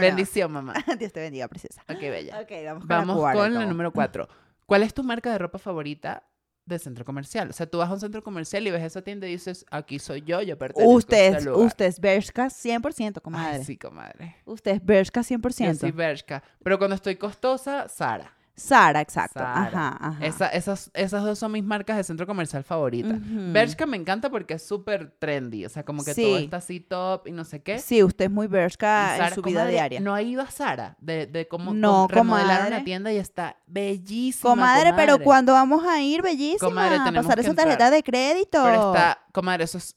[SPEAKER 2] Bendición, mamá.
[SPEAKER 1] Dios te bendiga, preciosa.
[SPEAKER 2] Ok, bella.
[SPEAKER 1] Ok, vamos con
[SPEAKER 2] Vamos
[SPEAKER 1] la
[SPEAKER 2] con
[SPEAKER 1] cuarta,
[SPEAKER 2] la,
[SPEAKER 1] ¿cómo?
[SPEAKER 2] número cuatro. ¿Cuál es tu marca de ropa favorita de centro comercial? O sea, tú vas a un centro comercial y ves esa tienda y dices, aquí soy yo, yo pertenezco a
[SPEAKER 1] Usted,
[SPEAKER 2] este
[SPEAKER 1] es-
[SPEAKER 2] lugar.
[SPEAKER 1] usted es Bershka 100%,
[SPEAKER 2] Ay,
[SPEAKER 1] comadre.
[SPEAKER 2] sí, comadre.
[SPEAKER 1] Usted es Bershka
[SPEAKER 2] Yo
[SPEAKER 1] 100%.
[SPEAKER 2] soy Bershka. Pero cuando estoy costosa, Sara.
[SPEAKER 1] Sara, exacto.
[SPEAKER 2] Zara.
[SPEAKER 1] Ajá, ajá.
[SPEAKER 2] Esa- esas, esas dos son mis marcas de centro comercial favoritas.
[SPEAKER 1] Ujú.
[SPEAKER 2] Bershka me encanta porque es súper trendy. O sea, como que todo
[SPEAKER 1] Mm. Sí.
[SPEAKER 2] está así top y no sé qué.
[SPEAKER 1] Sí, usted es muy
[SPEAKER 2] Y
[SPEAKER 1] Bershka en
[SPEAKER 2] Zara,
[SPEAKER 1] su vida
[SPEAKER 2] comadre,
[SPEAKER 1] diaria.
[SPEAKER 2] No ha ido a Sara de, de cómo
[SPEAKER 1] No,
[SPEAKER 2] cómo remodelaron la
[SPEAKER 1] comadre.
[SPEAKER 2] tienda y está bellísima.
[SPEAKER 1] Comadre, pero cuando vamos a ir, bellísima,
[SPEAKER 2] Comadre,
[SPEAKER 1] a
[SPEAKER 2] tenemos
[SPEAKER 1] pasar
[SPEAKER 2] que
[SPEAKER 1] esa
[SPEAKER 2] entrar.
[SPEAKER 1] tarjeta de crédito.
[SPEAKER 2] Pero está, comadre, eso es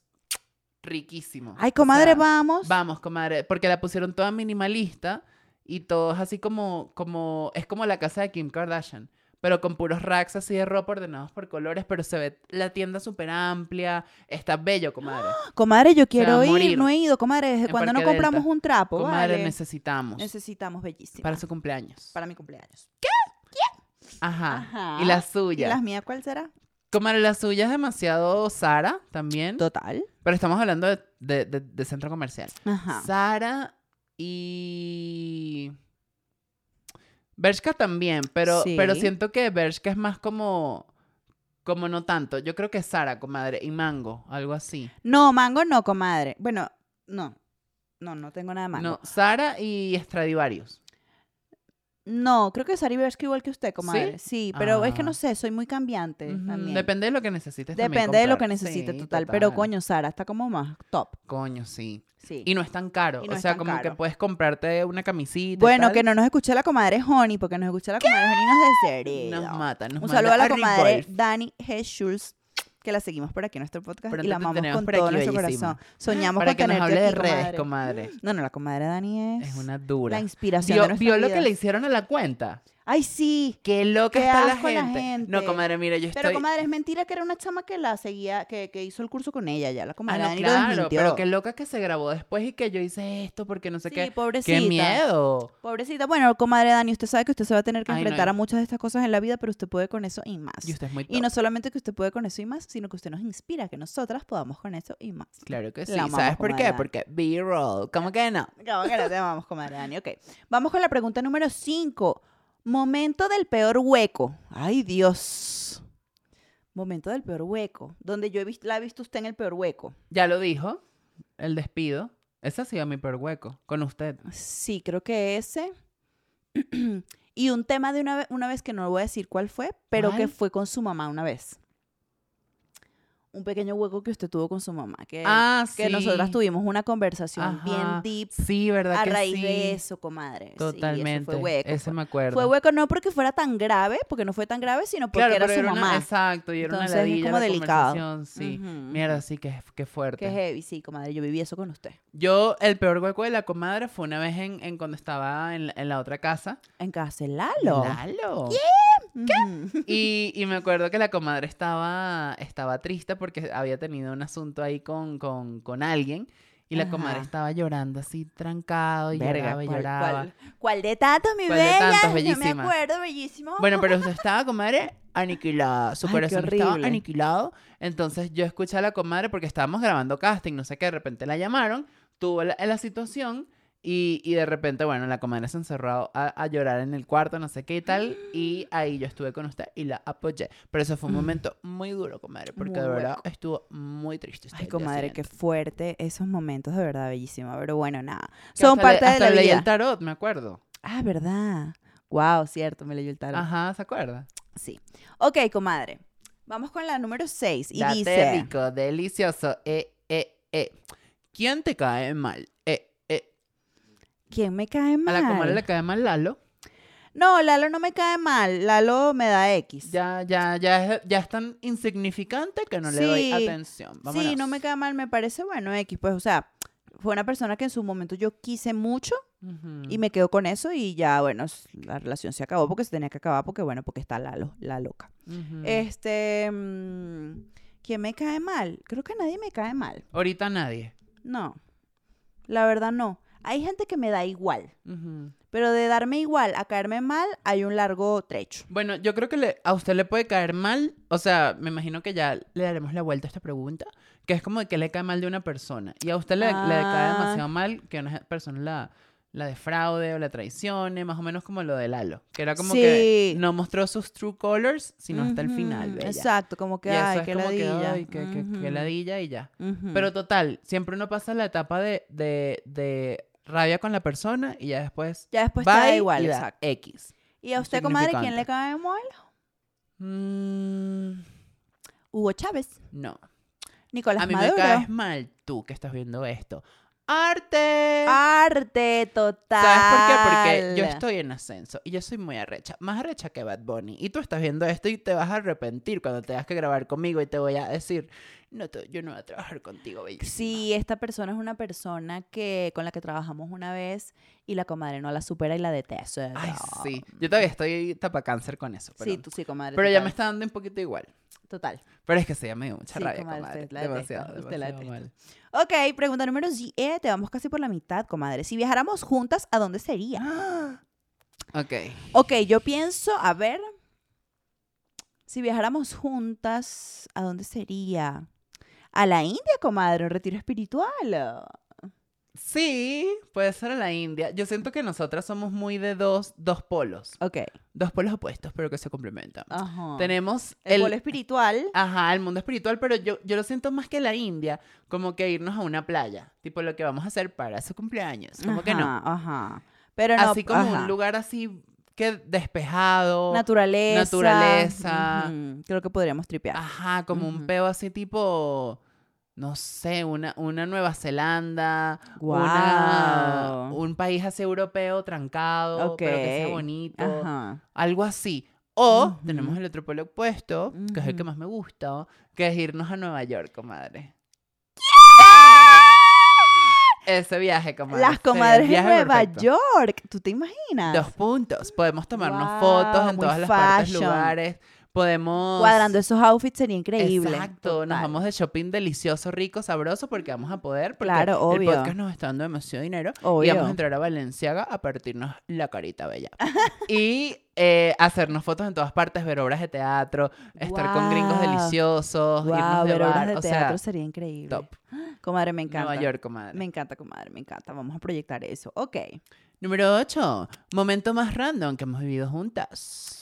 [SPEAKER 2] riquísimo.
[SPEAKER 1] Ay,
[SPEAKER 2] O
[SPEAKER 1] comadre,
[SPEAKER 2] sea,
[SPEAKER 1] vamos.
[SPEAKER 2] Vamos, comadre, porque la pusieron toda minimalista y todos así como, como, es como la casa de Kim Kardashian, pero con puros racks así de ropa ordenados por colores, pero se ve la tienda súper amplia, está bello, comadre.
[SPEAKER 1] Comadre, yo quiero
[SPEAKER 2] va a
[SPEAKER 1] ir,
[SPEAKER 2] morir.
[SPEAKER 1] no he ido, comadre, desde
[SPEAKER 2] En
[SPEAKER 1] cuando no
[SPEAKER 2] Parque
[SPEAKER 1] compramos
[SPEAKER 2] Delta.
[SPEAKER 1] un trapo,
[SPEAKER 2] Comadre,
[SPEAKER 1] vale.
[SPEAKER 2] necesitamos
[SPEAKER 1] Necesitamos bellísima.
[SPEAKER 2] para
[SPEAKER 1] Para,
[SPEAKER 2] su cumpleaños.
[SPEAKER 1] mi cumpleaños.
[SPEAKER 2] Ajá.
[SPEAKER 1] Ajá.
[SPEAKER 2] Y la
[SPEAKER 1] ¿Y
[SPEAKER 2] suya.
[SPEAKER 1] las mías cuál será?
[SPEAKER 2] ¿Mm? Comadre, la suya es demasiado Sara también,
[SPEAKER 1] Total.
[SPEAKER 2] pero estamos hablando de, de- de- de centro comercial.
[SPEAKER 1] Ajá.
[SPEAKER 2] Sara y Bershka también, pero, pero
[SPEAKER 1] Sí.
[SPEAKER 2] siento que Bershka es más como como no tanto. Yo creo que Sara, comadre, y Mango, algo así.
[SPEAKER 1] No, mango no, comadre. Bueno, no. No, no tengo nada de mango.
[SPEAKER 2] No, Sara y Stradivarius.
[SPEAKER 1] No, creo que Sari Bershka igual que usted, comadre. Sí, pero es que
[SPEAKER 2] Ah.
[SPEAKER 1] no sé, soy muy cambiante
[SPEAKER 2] Ujú,
[SPEAKER 1] también.
[SPEAKER 2] Depende de lo que necesites. también
[SPEAKER 1] Depende de lo que
[SPEAKER 2] comprar.
[SPEAKER 1] necesite,
[SPEAKER 2] Sí,
[SPEAKER 1] total. Pero coño, Sara está como más top.
[SPEAKER 2] Coño, sí.
[SPEAKER 1] Sí.
[SPEAKER 2] Y no es tan caro.
[SPEAKER 1] Y no
[SPEAKER 2] o
[SPEAKER 1] es
[SPEAKER 2] sea,
[SPEAKER 1] tan
[SPEAKER 2] como que
[SPEAKER 1] caro.
[SPEAKER 2] puedes comprarte una camisita. y
[SPEAKER 1] Bueno,
[SPEAKER 2] tal.
[SPEAKER 1] que no nos escuche la comadre Honey, porque nos escucha la comadre Honey nos desheredó.
[SPEAKER 2] Nos mata, nos
[SPEAKER 1] Un saludo a
[SPEAKER 2] manda
[SPEAKER 1] la comadre
[SPEAKER 2] Revolve.
[SPEAKER 1] Dani G. Schultz, que la seguimos por aquí en nuestro podcast
[SPEAKER 2] Pronto
[SPEAKER 1] y la
[SPEAKER 2] te
[SPEAKER 1] amamos
[SPEAKER 2] tenemos
[SPEAKER 1] con
[SPEAKER 2] por
[SPEAKER 1] todo
[SPEAKER 2] aquí,
[SPEAKER 1] nuestro
[SPEAKER 2] bellísima.
[SPEAKER 1] corazón. Soñamos
[SPEAKER 2] Para
[SPEAKER 1] con
[SPEAKER 2] que nos
[SPEAKER 1] tenerte
[SPEAKER 2] hable de
[SPEAKER 1] aquí,
[SPEAKER 2] redes,
[SPEAKER 1] comadre.
[SPEAKER 2] comadre.
[SPEAKER 1] No, no, la comadre Dani es,
[SPEAKER 2] Es una dura.
[SPEAKER 1] la inspiración
[SPEAKER 2] Vio,
[SPEAKER 1] de nuestra
[SPEAKER 2] vio lo
[SPEAKER 1] vida.
[SPEAKER 2] que le hicieron a la cuenta.
[SPEAKER 1] Ay, sí.
[SPEAKER 2] Qué loca
[SPEAKER 1] Qué
[SPEAKER 2] está la
[SPEAKER 1] asco la
[SPEAKER 2] gente.
[SPEAKER 1] gente.
[SPEAKER 2] No, comadre, mira, yo estoy.
[SPEAKER 1] Pero comadre, es mentira que era una chama que la seguía, que, que hizo el curso con ella ya. La
[SPEAKER 2] Ah,
[SPEAKER 1] comadre
[SPEAKER 2] no,
[SPEAKER 1] Dani lo
[SPEAKER 2] claro,
[SPEAKER 1] desmintió.
[SPEAKER 2] pero qué loca que se grabó después y que yo hice esto porque no sé
[SPEAKER 1] sí,
[SPEAKER 2] qué.
[SPEAKER 1] pobrecita.
[SPEAKER 2] Qué miedo.
[SPEAKER 1] Pobrecita, bueno, comadre Dani, usted sabe que usted se va a tener que
[SPEAKER 2] Ay, no,
[SPEAKER 1] enfrentar
[SPEAKER 2] y-
[SPEAKER 1] a muchas de estas cosas en la vida, pero usted puede con eso y más.
[SPEAKER 2] Y usted es muy top.
[SPEAKER 1] Y no solamente que usted puede con eso y más, sino que usted nos inspira, que nosotras podamos con eso y más.
[SPEAKER 2] Claro que sí.
[SPEAKER 1] La amamos,
[SPEAKER 2] ¿Sabes por qué?
[SPEAKER 1] comadre.
[SPEAKER 2] Porque B-roll. ¿Cómo que no?
[SPEAKER 1] Claro que no te amamos, comadre Dani. Ok, vamos con la pregunta número 5. Momento del peor hueco. Ay, Dios. Momento del peor hueco. Donde yo he visto, la he visto usted en el peor hueco.
[SPEAKER 2] Ya lo dijo, el despido. Ese ha sido mi peor hueco, con usted.
[SPEAKER 1] Sí, creo que ese. y un tema de una, ve- una vez que no voy a decir cuál fue, pero que
[SPEAKER 2] ¿Cuál?
[SPEAKER 1] fue con su mamá una vez. Un pequeño hueco que usted tuvo con su mamá. Que,
[SPEAKER 2] ah, sí.
[SPEAKER 1] que nosotras tuvimos una conversación
[SPEAKER 2] Ajá.
[SPEAKER 1] bien deep
[SPEAKER 2] Sí, ¿verdad
[SPEAKER 1] a
[SPEAKER 2] que
[SPEAKER 1] raíz
[SPEAKER 2] sí?
[SPEAKER 1] de eso, comadre. Sí, eso
[SPEAKER 2] Totalmente.
[SPEAKER 1] fue hueco.
[SPEAKER 2] Ese
[SPEAKER 1] fue-
[SPEAKER 2] me acuerdo.
[SPEAKER 1] Fue hueco no porque fuera tan grave, porque no fue tan grave, sino porque
[SPEAKER 2] claro,
[SPEAKER 1] era
[SPEAKER 2] pero
[SPEAKER 1] su
[SPEAKER 2] una-
[SPEAKER 1] mamá.
[SPEAKER 2] exacto, y era
[SPEAKER 1] Entonces,
[SPEAKER 2] una
[SPEAKER 1] es
[SPEAKER 2] ladilla
[SPEAKER 1] como
[SPEAKER 2] la
[SPEAKER 1] delicado.
[SPEAKER 2] conversación, sí.
[SPEAKER 1] Ujú,
[SPEAKER 2] Mierda,
[SPEAKER 1] ujú.
[SPEAKER 2] sí, que, que fuerte.
[SPEAKER 1] Qué heavy, sí, comadre. Yo viví eso con usted.
[SPEAKER 2] Yo, el peor hueco de la comadre fue una vez en, en cuando estaba en, la- en la otra casa.
[SPEAKER 1] Encarcelarlo.
[SPEAKER 2] Lalo.
[SPEAKER 1] ¿Qué?
[SPEAKER 2] Y, y me acuerdo que la comadre estaba, estaba triste porque había tenido un asunto ahí con, con, con alguien. Y la comadre
[SPEAKER 1] Ajá.
[SPEAKER 2] estaba llorando así, trancado, y lloraba y
[SPEAKER 1] ¿cuál,
[SPEAKER 2] lloraba.
[SPEAKER 1] cuál- cuál de tantos, mi
[SPEAKER 2] ¿Cuál de
[SPEAKER 1] bella?
[SPEAKER 2] tantos,
[SPEAKER 1] No
[SPEAKER 2] bellísima?
[SPEAKER 1] me acuerdo, bellísimo.
[SPEAKER 2] Bueno, pero usted estaba, comadre, aniquilada. Su
[SPEAKER 1] Ay, qué
[SPEAKER 2] corazón estaba
[SPEAKER 1] horrible.
[SPEAKER 2] aniquilado. Entonces yo escuché a la comadre porque estábamos grabando casting, no sé qué, de repente la llamaron, tuvo la, la situación y, y de repente, bueno, la comadre se encerró a, a llorar en el cuarto, no sé qué y tal. Y ahí yo estuve con usted y la apoyé. Pero eso fue un
[SPEAKER 1] Mm.
[SPEAKER 2] momento muy duro, comadre, porque
[SPEAKER 1] Muy
[SPEAKER 2] de verdad
[SPEAKER 1] hueco.
[SPEAKER 2] estuvo muy triste. usted
[SPEAKER 1] Ay,
[SPEAKER 2] el día
[SPEAKER 1] comadre,
[SPEAKER 2] siguiente.
[SPEAKER 1] qué fuerte esos momentos, de verdad, bellísima. Pero bueno, nada.
[SPEAKER 2] Que
[SPEAKER 1] Son
[SPEAKER 2] hasta le-
[SPEAKER 1] parte de la
[SPEAKER 2] hasta leí el
[SPEAKER 1] vida.
[SPEAKER 2] tarot, me acuerdo.
[SPEAKER 1] Ah, verdad. Wow, cierto, me leyó el tarot.
[SPEAKER 2] Ajá, ¿se acuerda?
[SPEAKER 1] Sí. Ok, comadre. Vamos con la número 6 y
[SPEAKER 2] Date
[SPEAKER 1] dice...
[SPEAKER 2] rico, delicioso, eh, eh, eh. ¿Quién te cae mal? Eh, eh.
[SPEAKER 1] ¿Quién me cae
[SPEAKER 2] A
[SPEAKER 1] mal?
[SPEAKER 2] la comadre le cae mal Lalo.
[SPEAKER 1] No, Lalo no me cae mal. Lalo me da X.
[SPEAKER 2] Ya, ya, ya, es- ya es tan insignificante que no le
[SPEAKER 1] Sí.
[SPEAKER 2] doy atención. Vámonos.
[SPEAKER 1] Sí, no me cae mal, me parece bueno X. Pues, o sea, fue una persona que en su momento yo quise mucho
[SPEAKER 2] Ujú.
[SPEAKER 1] y me quedo con eso y ya, bueno, s- la relación se acabó porque se tenía que acabar porque, bueno, porque está Lalo, la loca.
[SPEAKER 2] Ujú.
[SPEAKER 1] Este, mm, ¿quién me cae mal? Creo que nadie me cae mal.
[SPEAKER 2] Ahorita nadie.
[SPEAKER 1] No, la verdad no. Hay gente que me da igual,
[SPEAKER 2] Ujú.
[SPEAKER 1] pero de darme igual a caerme mal hay un largo trecho.
[SPEAKER 2] Bueno, yo creo que le- a usted le puede caer mal, o sea, me imagino que ya le daremos la vuelta a esta pregunta, que es como de que le cae mal de una persona. Y a usted le, le cae
[SPEAKER 1] Ah.
[SPEAKER 2] demasiado mal que una persona la, la defraude o la traicione, más o menos como lo de Lalo, que era como que
[SPEAKER 1] Sí.
[SPEAKER 2] no mostró sus true colors, sino hasta el final.
[SPEAKER 1] Ujú,
[SPEAKER 2] bella.
[SPEAKER 1] Exacto, como que,
[SPEAKER 2] Y eso
[SPEAKER 1] ay,
[SPEAKER 2] es
[SPEAKER 1] qué
[SPEAKER 2] como que,
[SPEAKER 1] ladilla.
[SPEAKER 2] ay, que- que- que
[SPEAKER 1] Ujú, Mm.
[SPEAKER 2] ladilla y ya.
[SPEAKER 1] ujú.
[SPEAKER 2] Pero total, siempre uno pasa la etapa de, de, de rabia con la persona y ya después...
[SPEAKER 1] ya después Pues te da
[SPEAKER 2] va
[SPEAKER 1] igual,
[SPEAKER 2] y da
[SPEAKER 1] exacto.
[SPEAKER 2] X.
[SPEAKER 1] ¿Y a usted, comadre, quién le
[SPEAKER 2] insignificante.
[SPEAKER 1] cae mal?
[SPEAKER 2] Mm,
[SPEAKER 1] Hugo Chávez,
[SPEAKER 2] no.
[SPEAKER 1] Nicolás
[SPEAKER 2] a mí
[SPEAKER 1] Maduro.
[SPEAKER 2] me caes mal tú que estás viendo esto. ¡Arte!
[SPEAKER 1] Ah, Arte total.
[SPEAKER 2] ¿Sabes por qué? Porque yo estoy en ascenso y yo soy muy arrecha, más arrecha que Bad Bunny. Y tú estás viendo esto y te vas a arrepentir cuando tengas que grabar conmigo y te voy a decir, no, te- yo no voy a trabajar contigo, bellísima".
[SPEAKER 1] Sí, esta persona es una persona que con la que trabajamos una vez y la comadre no la supera y la detesta.
[SPEAKER 2] Ay, sí. Yo todavía estoy tapacáncer con eso. Pero,
[SPEAKER 1] Sí, tú sí, comadre.
[SPEAKER 2] pero ya
[SPEAKER 1] total,
[SPEAKER 2] me está dando un poquito igual.
[SPEAKER 1] Total.
[SPEAKER 2] Pero es que sí, ya me dio mucha
[SPEAKER 1] Sí,
[SPEAKER 2] rabia,
[SPEAKER 1] comadre,
[SPEAKER 2] comadre.
[SPEAKER 1] usted la detesta,
[SPEAKER 2] demasiado,
[SPEAKER 1] usted la
[SPEAKER 2] demasiado mal.
[SPEAKER 1] Ok, pregunta número 7. Vamos casi por la mitad, comadre. Si viajáramos juntas, ¿a dónde sería?
[SPEAKER 2] Ah. Ok.
[SPEAKER 1] Ok, yo pienso, a ver. Si viajáramos juntas, ¿a dónde sería? A la India, comadre, un retiro espiritual.
[SPEAKER 2] Sí, puede ser a la India. Yo siento que nosotras somos muy de dos, dos polos.
[SPEAKER 1] Ok.
[SPEAKER 2] Dos polos opuestos, pero que se complementan.
[SPEAKER 1] Ajá.
[SPEAKER 2] Tenemos
[SPEAKER 1] Ah, el, polo espiritual.
[SPEAKER 2] Ajá, el mundo espiritual, pero yo, yo lo siento más que la India, como que irnos a una playa, tipo lo que vamos a hacer para su cumpleaños, Pues, como que no.
[SPEAKER 1] Ajá, Ajá. Pero no.
[SPEAKER 2] así como
[SPEAKER 1] ajá.
[SPEAKER 2] un lugar así que despejado,
[SPEAKER 1] Naturaleza.
[SPEAKER 2] naturaleza.
[SPEAKER 1] Ujú, Creo que podríamos tripear.
[SPEAKER 2] ajá, como
[SPEAKER 1] Ujú.
[SPEAKER 2] un peo así tipo, no sé, una, una Nueva Zelanda, Ah, una,
[SPEAKER 1] Guau.
[SPEAKER 2] un país así europeo trancado, pero que sea
[SPEAKER 1] Ok.
[SPEAKER 2] bonito,
[SPEAKER 1] Ajá.
[SPEAKER 2] algo así. O
[SPEAKER 1] Ujú.
[SPEAKER 2] tenemos el otro polo opuesto, que es el que
[SPEAKER 1] Ujú.
[SPEAKER 2] más me gusta, que es irnos a Nueva York, comadre. Ese viaje, comadre.
[SPEAKER 1] Las
[SPEAKER 2] sería el
[SPEAKER 1] comadres de
[SPEAKER 2] viaje
[SPEAKER 1] Nueva
[SPEAKER 2] perfecto.
[SPEAKER 1] York. ¿Tú te imaginas?
[SPEAKER 2] Dos puntos. Podemos tomarnos
[SPEAKER 1] Guau,
[SPEAKER 2] fotos en
[SPEAKER 1] muy
[SPEAKER 2] todas las partes,
[SPEAKER 1] fashion.
[SPEAKER 2] lugares. Podemos...
[SPEAKER 1] Cuadrando esos outfits sería increíble.
[SPEAKER 2] Exacto, nos
[SPEAKER 1] Total.
[SPEAKER 2] vamos de shopping delicioso, rico, sabroso, porque vamos a poder, porque
[SPEAKER 1] Claro,
[SPEAKER 2] el
[SPEAKER 1] obvio.
[SPEAKER 2] podcast nos está dando demasiado dinero y
[SPEAKER 1] Obvio.
[SPEAKER 2] vamos a entrar a Valenciaga a partirnos la carita bella. y eh, hacernos fotos en todas partes, ver obras de teatro, estar con gringos
[SPEAKER 1] Guau.
[SPEAKER 2] deliciosos,
[SPEAKER 1] Wow,
[SPEAKER 2] irnos de
[SPEAKER 1] ver obras
[SPEAKER 2] bar,
[SPEAKER 1] de
[SPEAKER 2] o
[SPEAKER 1] teatro
[SPEAKER 2] sea,
[SPEAKER 1] sería increíble.
[SPEAKER 2] top.
[SPEAKER 1] Comadre, me encanta.
[SPEAKER 2] Nueva York, comadre.
[SPEAKER 1] Me encanta, comadre, me encanta. Vamos a proyectar eso. Ok.
[SPEAKER 2] Número 8, momento más random que hemos vivido juntas.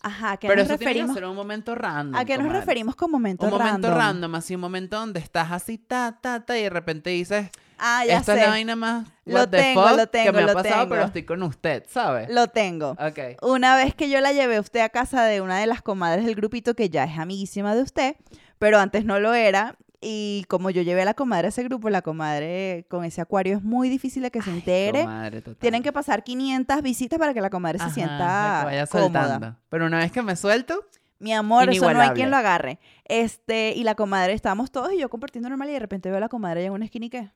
[SPEAKER 1] Ajá, ¿a qué
[SPEAKER 2] Pero
[SPEAKER 1] nos
[SPEAKER 2] eso tiene que
[SPEAKER 1] referimos?
[SPEAKER 2] ser un momento random.
[SPEAKER 1] ¿A qué nos
[SPEAKER 2] comadre.
[SPEAKER 1] referimos con momento
[SPEAKER 2] Un
[SPEAKER 1] random?
[SPEAKER 2] momento random, así un momento donde estás así, ta, ta, ta, y de repente dices,
[SPEAKER 1] Ah, ya
[SPEAKER 2] esta
[SPEAKER 1] sé.
[SPEAKER 2] es la vaina más
[SPEAKER 1] Lo
[SPEAKER 2] what the
[SPEAKER 1] tengo,
[SPEAKER 2] fuck
[SPEAKER 1] lo tengo,
[SPEAKER 2] que me
[SPEAKER 1] lo
[SPEAKER 2] ha pasado, pero
[SPEAKER 1] tengo.
[SPEAKER 2] estoy con usted, ¿sabes?
[SPEAKER 1] Lo tengo.
[SPEAKER 2] Ok.
[SPEAKER 1] Una vez que yo la llevé a usted a casa de una de las comadres del grupito que ya es amiguísima de usted, pero antes no lo era. Y como yo llevé a la comadre a ese grupo, la comadre con ese acuario es muy difícil de que se entere.
[SPEAKER 2] Comadre, total.
[SPEAKER 1] Tienen que pasar 500 visitas para que la comadre
[SPEAKER 2] Ajá,
[SPEAKER 1] se sienta
[SPEAKER 2] que vaya
[SPEAKER 1] cómoda.
[SPEAKER 2] soltando. Pero una vez que me suelto,
[SPEAKER 1] Mi amor, eso no hay
[SPEAKER 2] Inigualable.
[SPEAKER 1] quien lo agarre. Este, y la comadre, estábamos todos y yo compartiendo normal y de repente veo a la comadre allá en una esquina y qué.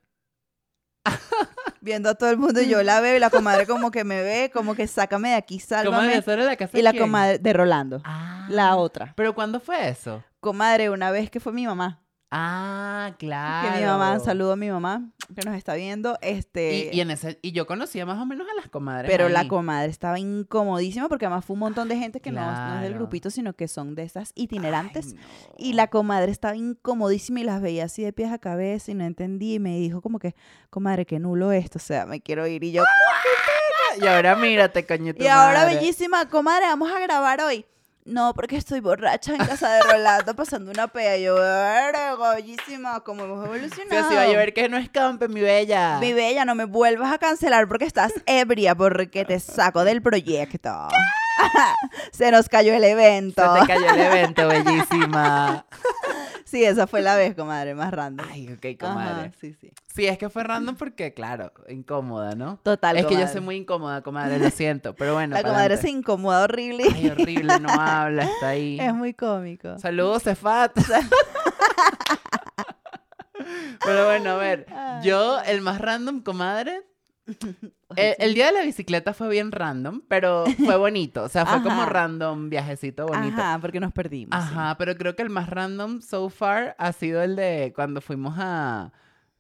[SPEAKER 1] Viendo a todo el mundo y yo la veo y la comadre como que me ve, como que sácame de aquí,
[SPEAKER 2] comadre,
[SPEAKER 1] sálvame.
[SPEAKER 2] ¿eso era la casa
[SPEAKER 1] Y
[SPEAKER 2] de
[SPEAKER 1] la
[SPEAKER 2] quién?
[SPEAKER 1] comadre de Rolando,
[SPEAKER 2] Ah.
[SPEAKER 1] la otra.
[SPEAKER 2] ¿Pero cuándo fue eso?
[SPEAKER 1] Comadre, una vez que fue mi mamá,
[SPEAKER 2] Ah,
[SPEAKER 1] que
[SPEAKER 2] claro.
[SPEAKER 1] mi mamá, saludo a mi mamá, que nos está viendo, este...
[SPEAKER 2] Y, y en ese, y yo conocía más o menos a las comadres.
[SPEAKER 1] pero la
[SPEAKER 2] ahí.
[SPEAKER 1] comadre estaba incomodísima porque además fue un montón de gente que no- no, es del
[SPEAKER 2] Claro.
[SPEAKER 1] grupito, sino que son de esas
[SPEAKER 2] Ay,
[SPEAKER 1] itinerantes.
[SPEAKER 2] no.
[SPEAKER 1] Y la comadre estaba incomodísima y las veía así de pies a cabeza y no entendí. Y me dijo como que, comadre, qué nulo esto, o sea, me quiero ir. Y yo,
[SPEAKER 2] Y ahora mírate, coño. tu
[SPEAKER 1] y ahora
[SPEAKER 2] madre.
[SPEAKER 1] bellísima, comadre, vamos a grabar hoy. No, porque estoy borracha en casa de Rolando pasando una pea. Y Yo, "Verga, bellísima, como hemos
[SPEAKER 2] Pero
[SPEAKER 1] evolucionado.
[SPEAKER 2] si va a llover que no escampe, mi bella.
[SPEAKER 1] Mi bella, no me vuelvas a cancelar porque estás ebria, porque te saco del proyecto. Se nos cayó el
[SPEAKER 2] Se
[SPEAKER 1] evento.
[SPEAKER 2] te cayó el evento, bellísima.
[SPEAKER 1] Sí, esa fue la vez, comadre, más random.
[SPEAKER 2] Ay, ok,
[SPEAKER 1] Ajá,
[SPEAKER 2] comadre.
[SPEAKER 1] sí, sí.
[SPEAKER 2] Sí, es que fue random porque, claro, incómoda, ¿no?
[SPEAKER 1] Total,
[SPEAKER 2] es que yo
[SPEAKER 1] comadre.
[SPEAKER 2] soy muy incómoda, comadre, lo siento. Pero bueno,
[SPEAKER 1] La comadre se
[SPEAKER 2] pa'lante.
[SPEAKER 1] incomoda horrible.
[SPEAKER 2] Ay, horrible, no habla, está ahí.
[SPEAKER 1] Es muy cómico.
[SPEAKER 2] Saludos, Cefat. Pero bueno, a ver, yo, el más random, comadre. El, el día de la bicicleta fue bien random, pero fue bonito. O sea, fue como
[SPEAKER 1] Ajá.
[SPEAKER 2] random, viajecito bonito. Ajá.
[SPEAKER 1] Ajá, porque nos perdimos. sí.
[SPEAKER 2] pero creo que el más random so far ha sido el de cuando fuimos a,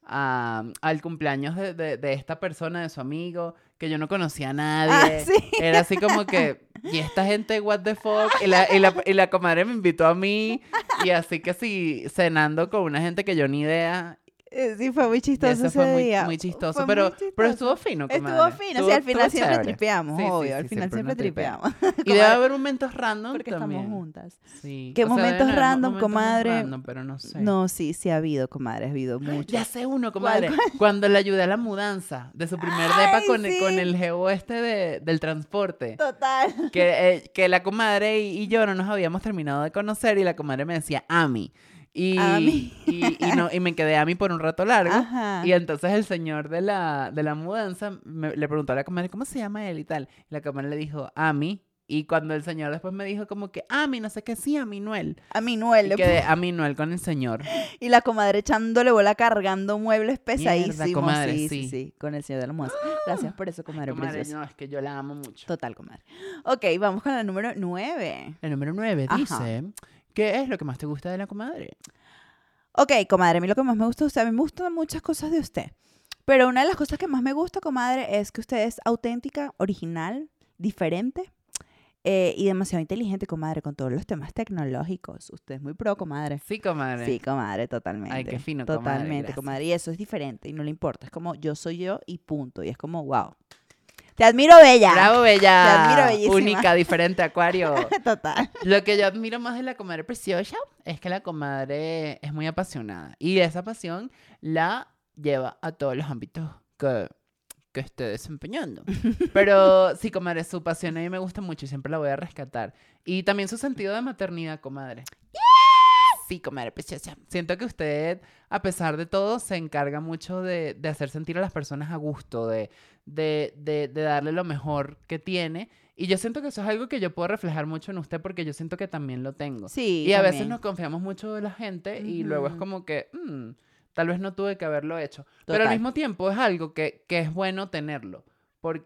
[SPEAKER 2] a- al cumpleaños de, de- de esta persona, de su amigo, que yo no conocía a nadie.
[SPEAKER 1] Ah, sí.
[SPEAKER 2] Era así como que, y esta gente, what the fuck, y la, y la, y la comadre me invitó a mí, y así que sí, cenando con una gente que yo ni idea,
[SPEAKER 1] Eh, Sí, fue muy
[SPEAKER 2] y
[SPEAKER 1] chistoso
[SPEAKER 2] eso
[SPEAKER 1] ese
[SPEAKER 2] fue muy,
[SPEAKER 1] día.
[SPEAKER 2] muy chistoso,
[SPEAKER 1] Fue
[SPEAKER 2] pero,
[SPEAKER 1] muy chistoso.
[SPEAKER 2] pero estuvo fino,
[SPEAKER 1] Estuvo
[SPEAKER 2] comadre.
[SPEAKER 1] fino, sí, al
[SPEAKER 2] Estuvo-
[SPEAKER 1] final
[SPEAKER 2] estuvo
[SPEAKER 1] siempre
[SPEAKER 2] chévere.
[SPEAKER 1] tripeamos,
[SPEAKER 2] Sí, sí,
[SPEAKER 1] obvio,
[SPEAKER 2] sí,
[SPEAKER 1] al final siempre
[SPEAKER 2] siempre uno tripea.
[SPEAKER 1] tripeamos.
[SPEAKER 2] Y debe
[SPEAKER 1] comadre,
[SPEAKER 2] haber momentos random
[SPEAKER 1] porque
[SPEAKER 2] también.
[SPEAKER 1] estamos juntas.
[SPEAKER 2] Sí.
[SPEAKER 1] ¿Qué
[SPEAKER 2] O sea, deben
[SPEAKER 1] momentos
[SPEAKER 2] haber mo-
[SPEAKER 1] random,
[SPEAKER 2] momentos más
[SPEAKER 1] comadre?
[SPEAKER 2] random, pero no sé.
[SPEAKER 1] No, sí, sí ha habido, comadre, ha habido mucho.
[SPEAKER 2] Ya sé uno, comadre. Cuando le ayudé a la mudanza de su primer depa
[SPEAKER 1] Ay,
[SPEAKER 2] con, el- con
[SPEAKER 1] sí.
[SPEAKER 2] el geo este de- del transporte.
[SPEAKER 1] Total.
[SPEAKER 2] que, eh, que la comadre y, y yo no nos habíamos terminado de conocer y la comadre me decía Ami. Y,
[SPEAKER 1] Ami.
[SPEAKER 2] y, y no, y me quedé Ami por un rato largo.
[SPEAKER 1] Ajá.
[SPEAKER 2] Y entonces el señor de la, de la mudanza me- le preguntó a la comadre, ¿cómo se llama él y tal? Y la comadre le dijo Ami. Y cuando el señor después me dijo como que Ami, no sé qué, sí, Aminuel.
[SPEAKER 1] A Minuel.
[SPEAKER 2] Y
[SPEAKER 1] le
[SPEAKER 2] quedé Aminuel con el señor.
[SPEAKER 1] pu- Y la comadre echándole bola cargando muebles pesadísimos.
[SPEAKER 2] comadre,
[SPEAKER 1] sí, sí,
[SPEAKER 2] sí.
[SPEAKER 1] sí, con el señor de la mudanza. Gracias por eso, comadre,
[SPEAKER 2] Comadre,
[SPEAKER 1] preciosa.
[SPEAKER 2] no, es que yo la amo mucho.
[SPEAKER 1] Total, comadre. Ok, vamos con la número 9.
[SPEAKER 2] El número 9
[SPEAKER 1] Ajá.
[SPEAKER 2] dice, ¿qué es lo que más te gusta de la comadre?
[SPEAKER 1] Ok, comadre, a mí lo que más me gusta de usted, a mí me gustan muchas cosas de usted. Pero una de las cosas que más me gusta, comadre, es que usted es auténtica, original, diferente eh, y demasiado inteligente, comadre, con todos los temas tecnológicos. Usted es muy pro, comadre.
[SPEAKER 2] Sí, comadre.
[SPEAKER 1] Sí, comadre, totalmente.
[SPEAKER 2] Ay, qué fino, comadre,
[SPEAKER 1] Totalmente,
[SPEAKER 2] gracias.
[SPEAKER 1] comadre. Y eso es diferente y no le importa. Es como yo soy yo y punto. Y es como, wow. Te admiro, bella.
[SPEAKER 2] Bravo, bella.
[SPEAKER 1] Te admiro, bellísima.
[SPEAKER 2] Única, diferente, Acuario.
[SPEAKER 1] Total.
[SPEAKER 2] Lo que yo admiro más de la comadre preciosa es que la comadre es muy apasionada. Y esa pasión la lleva a todos los ámbitos que, que esté desempeñando. Pero sí, comadre, su pasión a mí me gusta mucho y siempre la voy a rescatar. Y también su sentido de maternidad, comadre. Sí, comadre preciosa. Siento que usted, a pesar de todo, se encarga mucho de, de hacer sentir a las personas a gusto, de, de, de, de darle lo mejor que tiene. Y yo siento que eso es algo que yo puedo reflejar mucho en usted porque yo siento que también lo tengo.
[SPEAKER 1] Sí.
[SPEAKER 2] y a veces
[SPEAKER 1] también.
[SPEAKER 2] nos confiamos mucho de la gente y luego es
[SPEAKER 1] Ujú.
[SPEAKER 2] como que, "Mm, tal vez no tuve que haberlo hecho. Pero al
[SPEAKER 1] Total.
[SPEAKER 2] mismo tiempo es algo que, que es bueno tenerlo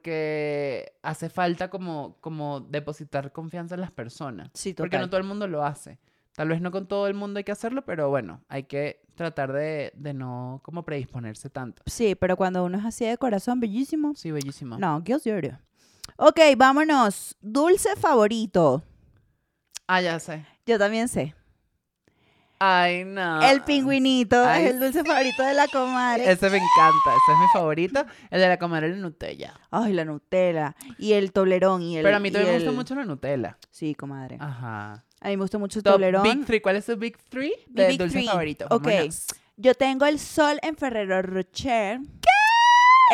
[SPEAKER 2] porque hace falta como, como depositar confianza en las personas.
[SPEAKER 1] Sí,
[SPEAKER 2] Porque no
[SPEAKER 1] total.
[SPEAKER 2] todo el mundo lo hace. Tal vez no con todo el mundo hay que hacerlo, pero bueno, hay que tratar de, de no como predisponerse tanto.
[SPEAKER 1] Sí, pero cuando uno es así de corazón, bellísimo.
[SPEAKER 2] Sí, bellísimo.
[SPEAKER 1] No, Dios lloro. Ok, vámonos. Dulce favorito.
[SPEAKER 2] Ah, ya sé.
[SPEAKER 1] Yo también sé.
[SPEAKER 2] Ay, no.
[SPEAKER 1] El pingüinito
[SPEAKER 2] Ay,
[SPEAKER 1] es el dulce favorito de la comadre.
[SPEAKER 2] Ese me encanta, ese es mi favorito. El de la comadre la Nutella.
[SPEAKER 1] Ay, la Nutella. Y el toblerón. Y el,
[SPEAKER 2] Pero a mí
[SPEAKER 1] y
[SPEAKER 2] también me gusta
[SPEAKER 1] el-
[SPEAKER 2] mucho la Nutella.
[SPEAKER 1] Sí, comadre.
[SPEAKER 2] Ajá.
[SPEAKER 1] A mí me gusta mucho el
[SPEAKER 2] Top
[SPEAKER 1] toblerón.
[SPEAKER 2] Big Three. ¿Cuál es su Big Three?
[SPEAKER 1] Mi
[SPEAKER 2] De
[SPEAKER 1] Big
[SPEAKER 2] dulce
[SPEAKER 1] Three.
[SPEAKER 2] favorito.
[SPEAKER 1] Ok.
[SPEAKER 2] Vámonos.
[SPEAKER 1] Yo tengo el sol en Ferrero Rocher.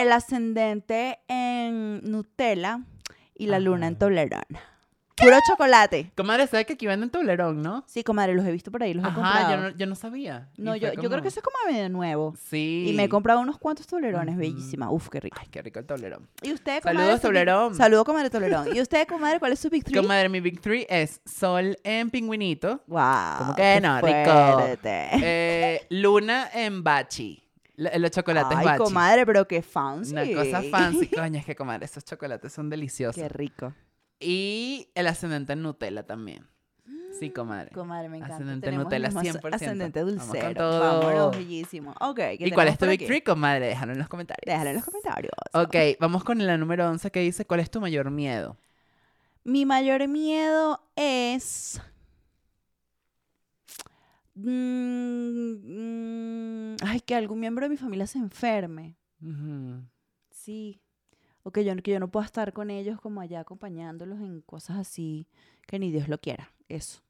[SPEAKER 1] El ascendente en Nutella. Y la luna en
[SPEAKER 2] Ajá.
[SPEAKER 1] Toblerón. Puro chocolate.
[SPEAKER 2] Comadre, ¿sabes que aquí venden toblerón, no?
[SPEAKER 1] Sí, comadre, los he visto por ahí, los he
[SPEAKER 2] Ajá,
[SPEAKER 1] comprado.
[SPEAKER 2] yo no, yo no sabía. Y
[SPEAKER 1] No,
[SPEAKER 2] fue
[SPEAKER 1] yo, yo creo
[SPEAKER 2] como-
[SPEAKER 1] que eso es como medio nuevo.
[SPEAKER 2] Sí.
[SPEAKER 1] Y me he comprado unos cuantos tolerones,
[SPEAKER 2] Ujú.
[SPEAKER 1] bellísima. Uf, qué rico.
[SPEAKER 2] Ay, qué rico el toblerón.
[SPEAKER 1] Y usted, comadre.
[SPEAKER 2] Saludos,
[SPEAKER 1] su big-
[SPEAKER 2] Toblerón.
[SPEAKER 1] Saludos, comadre Tolerón. ¿Y usted, comadre, cuál es su big three?
[SPEAKER 2] Comadre, mi Big Three es sol en pingüinito,
[SPEAKER 1] Wow.
[SPEAKER 2] ¿Cómo que
[SPEAKER 1] qué
[SPEAKER 2] no, rico?
[SPEAKER 1] fuerte.
[SPEAKER 2] eh, luna en bachi. La- Los chocolates
[SPEAKER 1] Ay,
[SPEAKER 2] bachi.
[SPEAKER 1] comadre, pero qué fancy.
[SPEAKER 2] Una cosa fancy. Coño, es que comadre, esos chocolates son deliciosos.
[SPEAKER 1] Qué rico.
[SPEAKER 2] Y el ascendente en Nutella también. Sí, comadre.
[SPEAKER 1] Comadre, me encanta.
[SPEAKER 2] Ascendente
[SPEAKER 1] Tenemos
[SPEAKER 2] Nutella,
[SPEAKER 1] el mismo
[SPEAKER 2] 100%.
[SPEAKER 1] Ascendente
[SPEAKER 2] Vamos con
[SPEAKER 1] dulcero.
[SPEAKER 2] todo.
[SPEAKER 1] Vámonos, bellísimo. Ok. ¿qué
[SPEAKER 2] ¿Y cuál
[SPEAKER 1] tenemos
[SPEAKER 2] es tu
[SPEAKER 1] por
[SPEAKER 2] Big
[SPEAKER 1] aquí?
[SPEAKER 2] Three, comadre? Déjalo en los comentarios.
[SPEAKER 1] Déjalo en los comentarios.
[SPEAKER 2] Ok, vamos con la número 11 que dice, ¿cuál es tu mayor miedo?
[SPEAKER 1] Mi mayor miedo es. Mm, mm, ay, que algún miembro de mi familia se enferme.
[SPEAKER 2] Ujú.
[SPEAKER 1] Sí. O que yo, que yo no pueda estar con ellos como allá acompañándolos en cosas así que ni Dios lo quiera. Eso.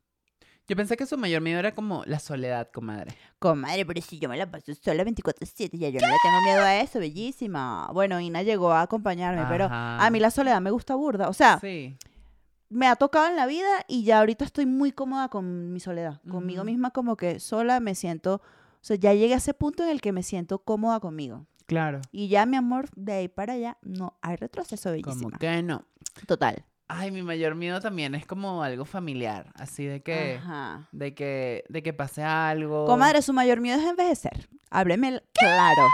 [SPEAKER 2] Yo pensé que su mayor miedo era como la soledad, comadre.
[SPEAKER 1] Comadre, pero si yo me la paso sola 24-7, ya yo no le tengo miedo a eso, bellísima. Bueno, Ina llegó a acompañarme, pero
[SPEAKER 2] Ajá.
[SPEAKER 1] a mí la soledad me gusta burda. O sea,
[SPEAKER 2] Sí.
[SPEAKER 1] me ha tocado en la vida y ya ahorita estoy muy cómoda con mi soledad, conmigo
[SPEAKER 2] Ujú.
[SPEAKER 1] misma como que sola me siento, o sea, ya llegué a ese punto en el que me siento cómoda conmigo.
[SPEAKER 2] Claro.
[SPEAKER 1] Y ya, mi amor, de ahí para allá no hay retroceso
[SPEAKER 2] Como
[SPEAKER 1] bellísima.
[SPEAKER 2] que no.
[SPEAKER 1] Total.
[SPEAKER 2] Ay, mi mayor miedo también es como algo familiar, así de que,
[SPEAKER 1] Ajá.
[SPEAKER 2] de que, de que pase algo.
[SPEAKER 1] Comadre, su mayor miedo es envejecer. Hábleme el- claro.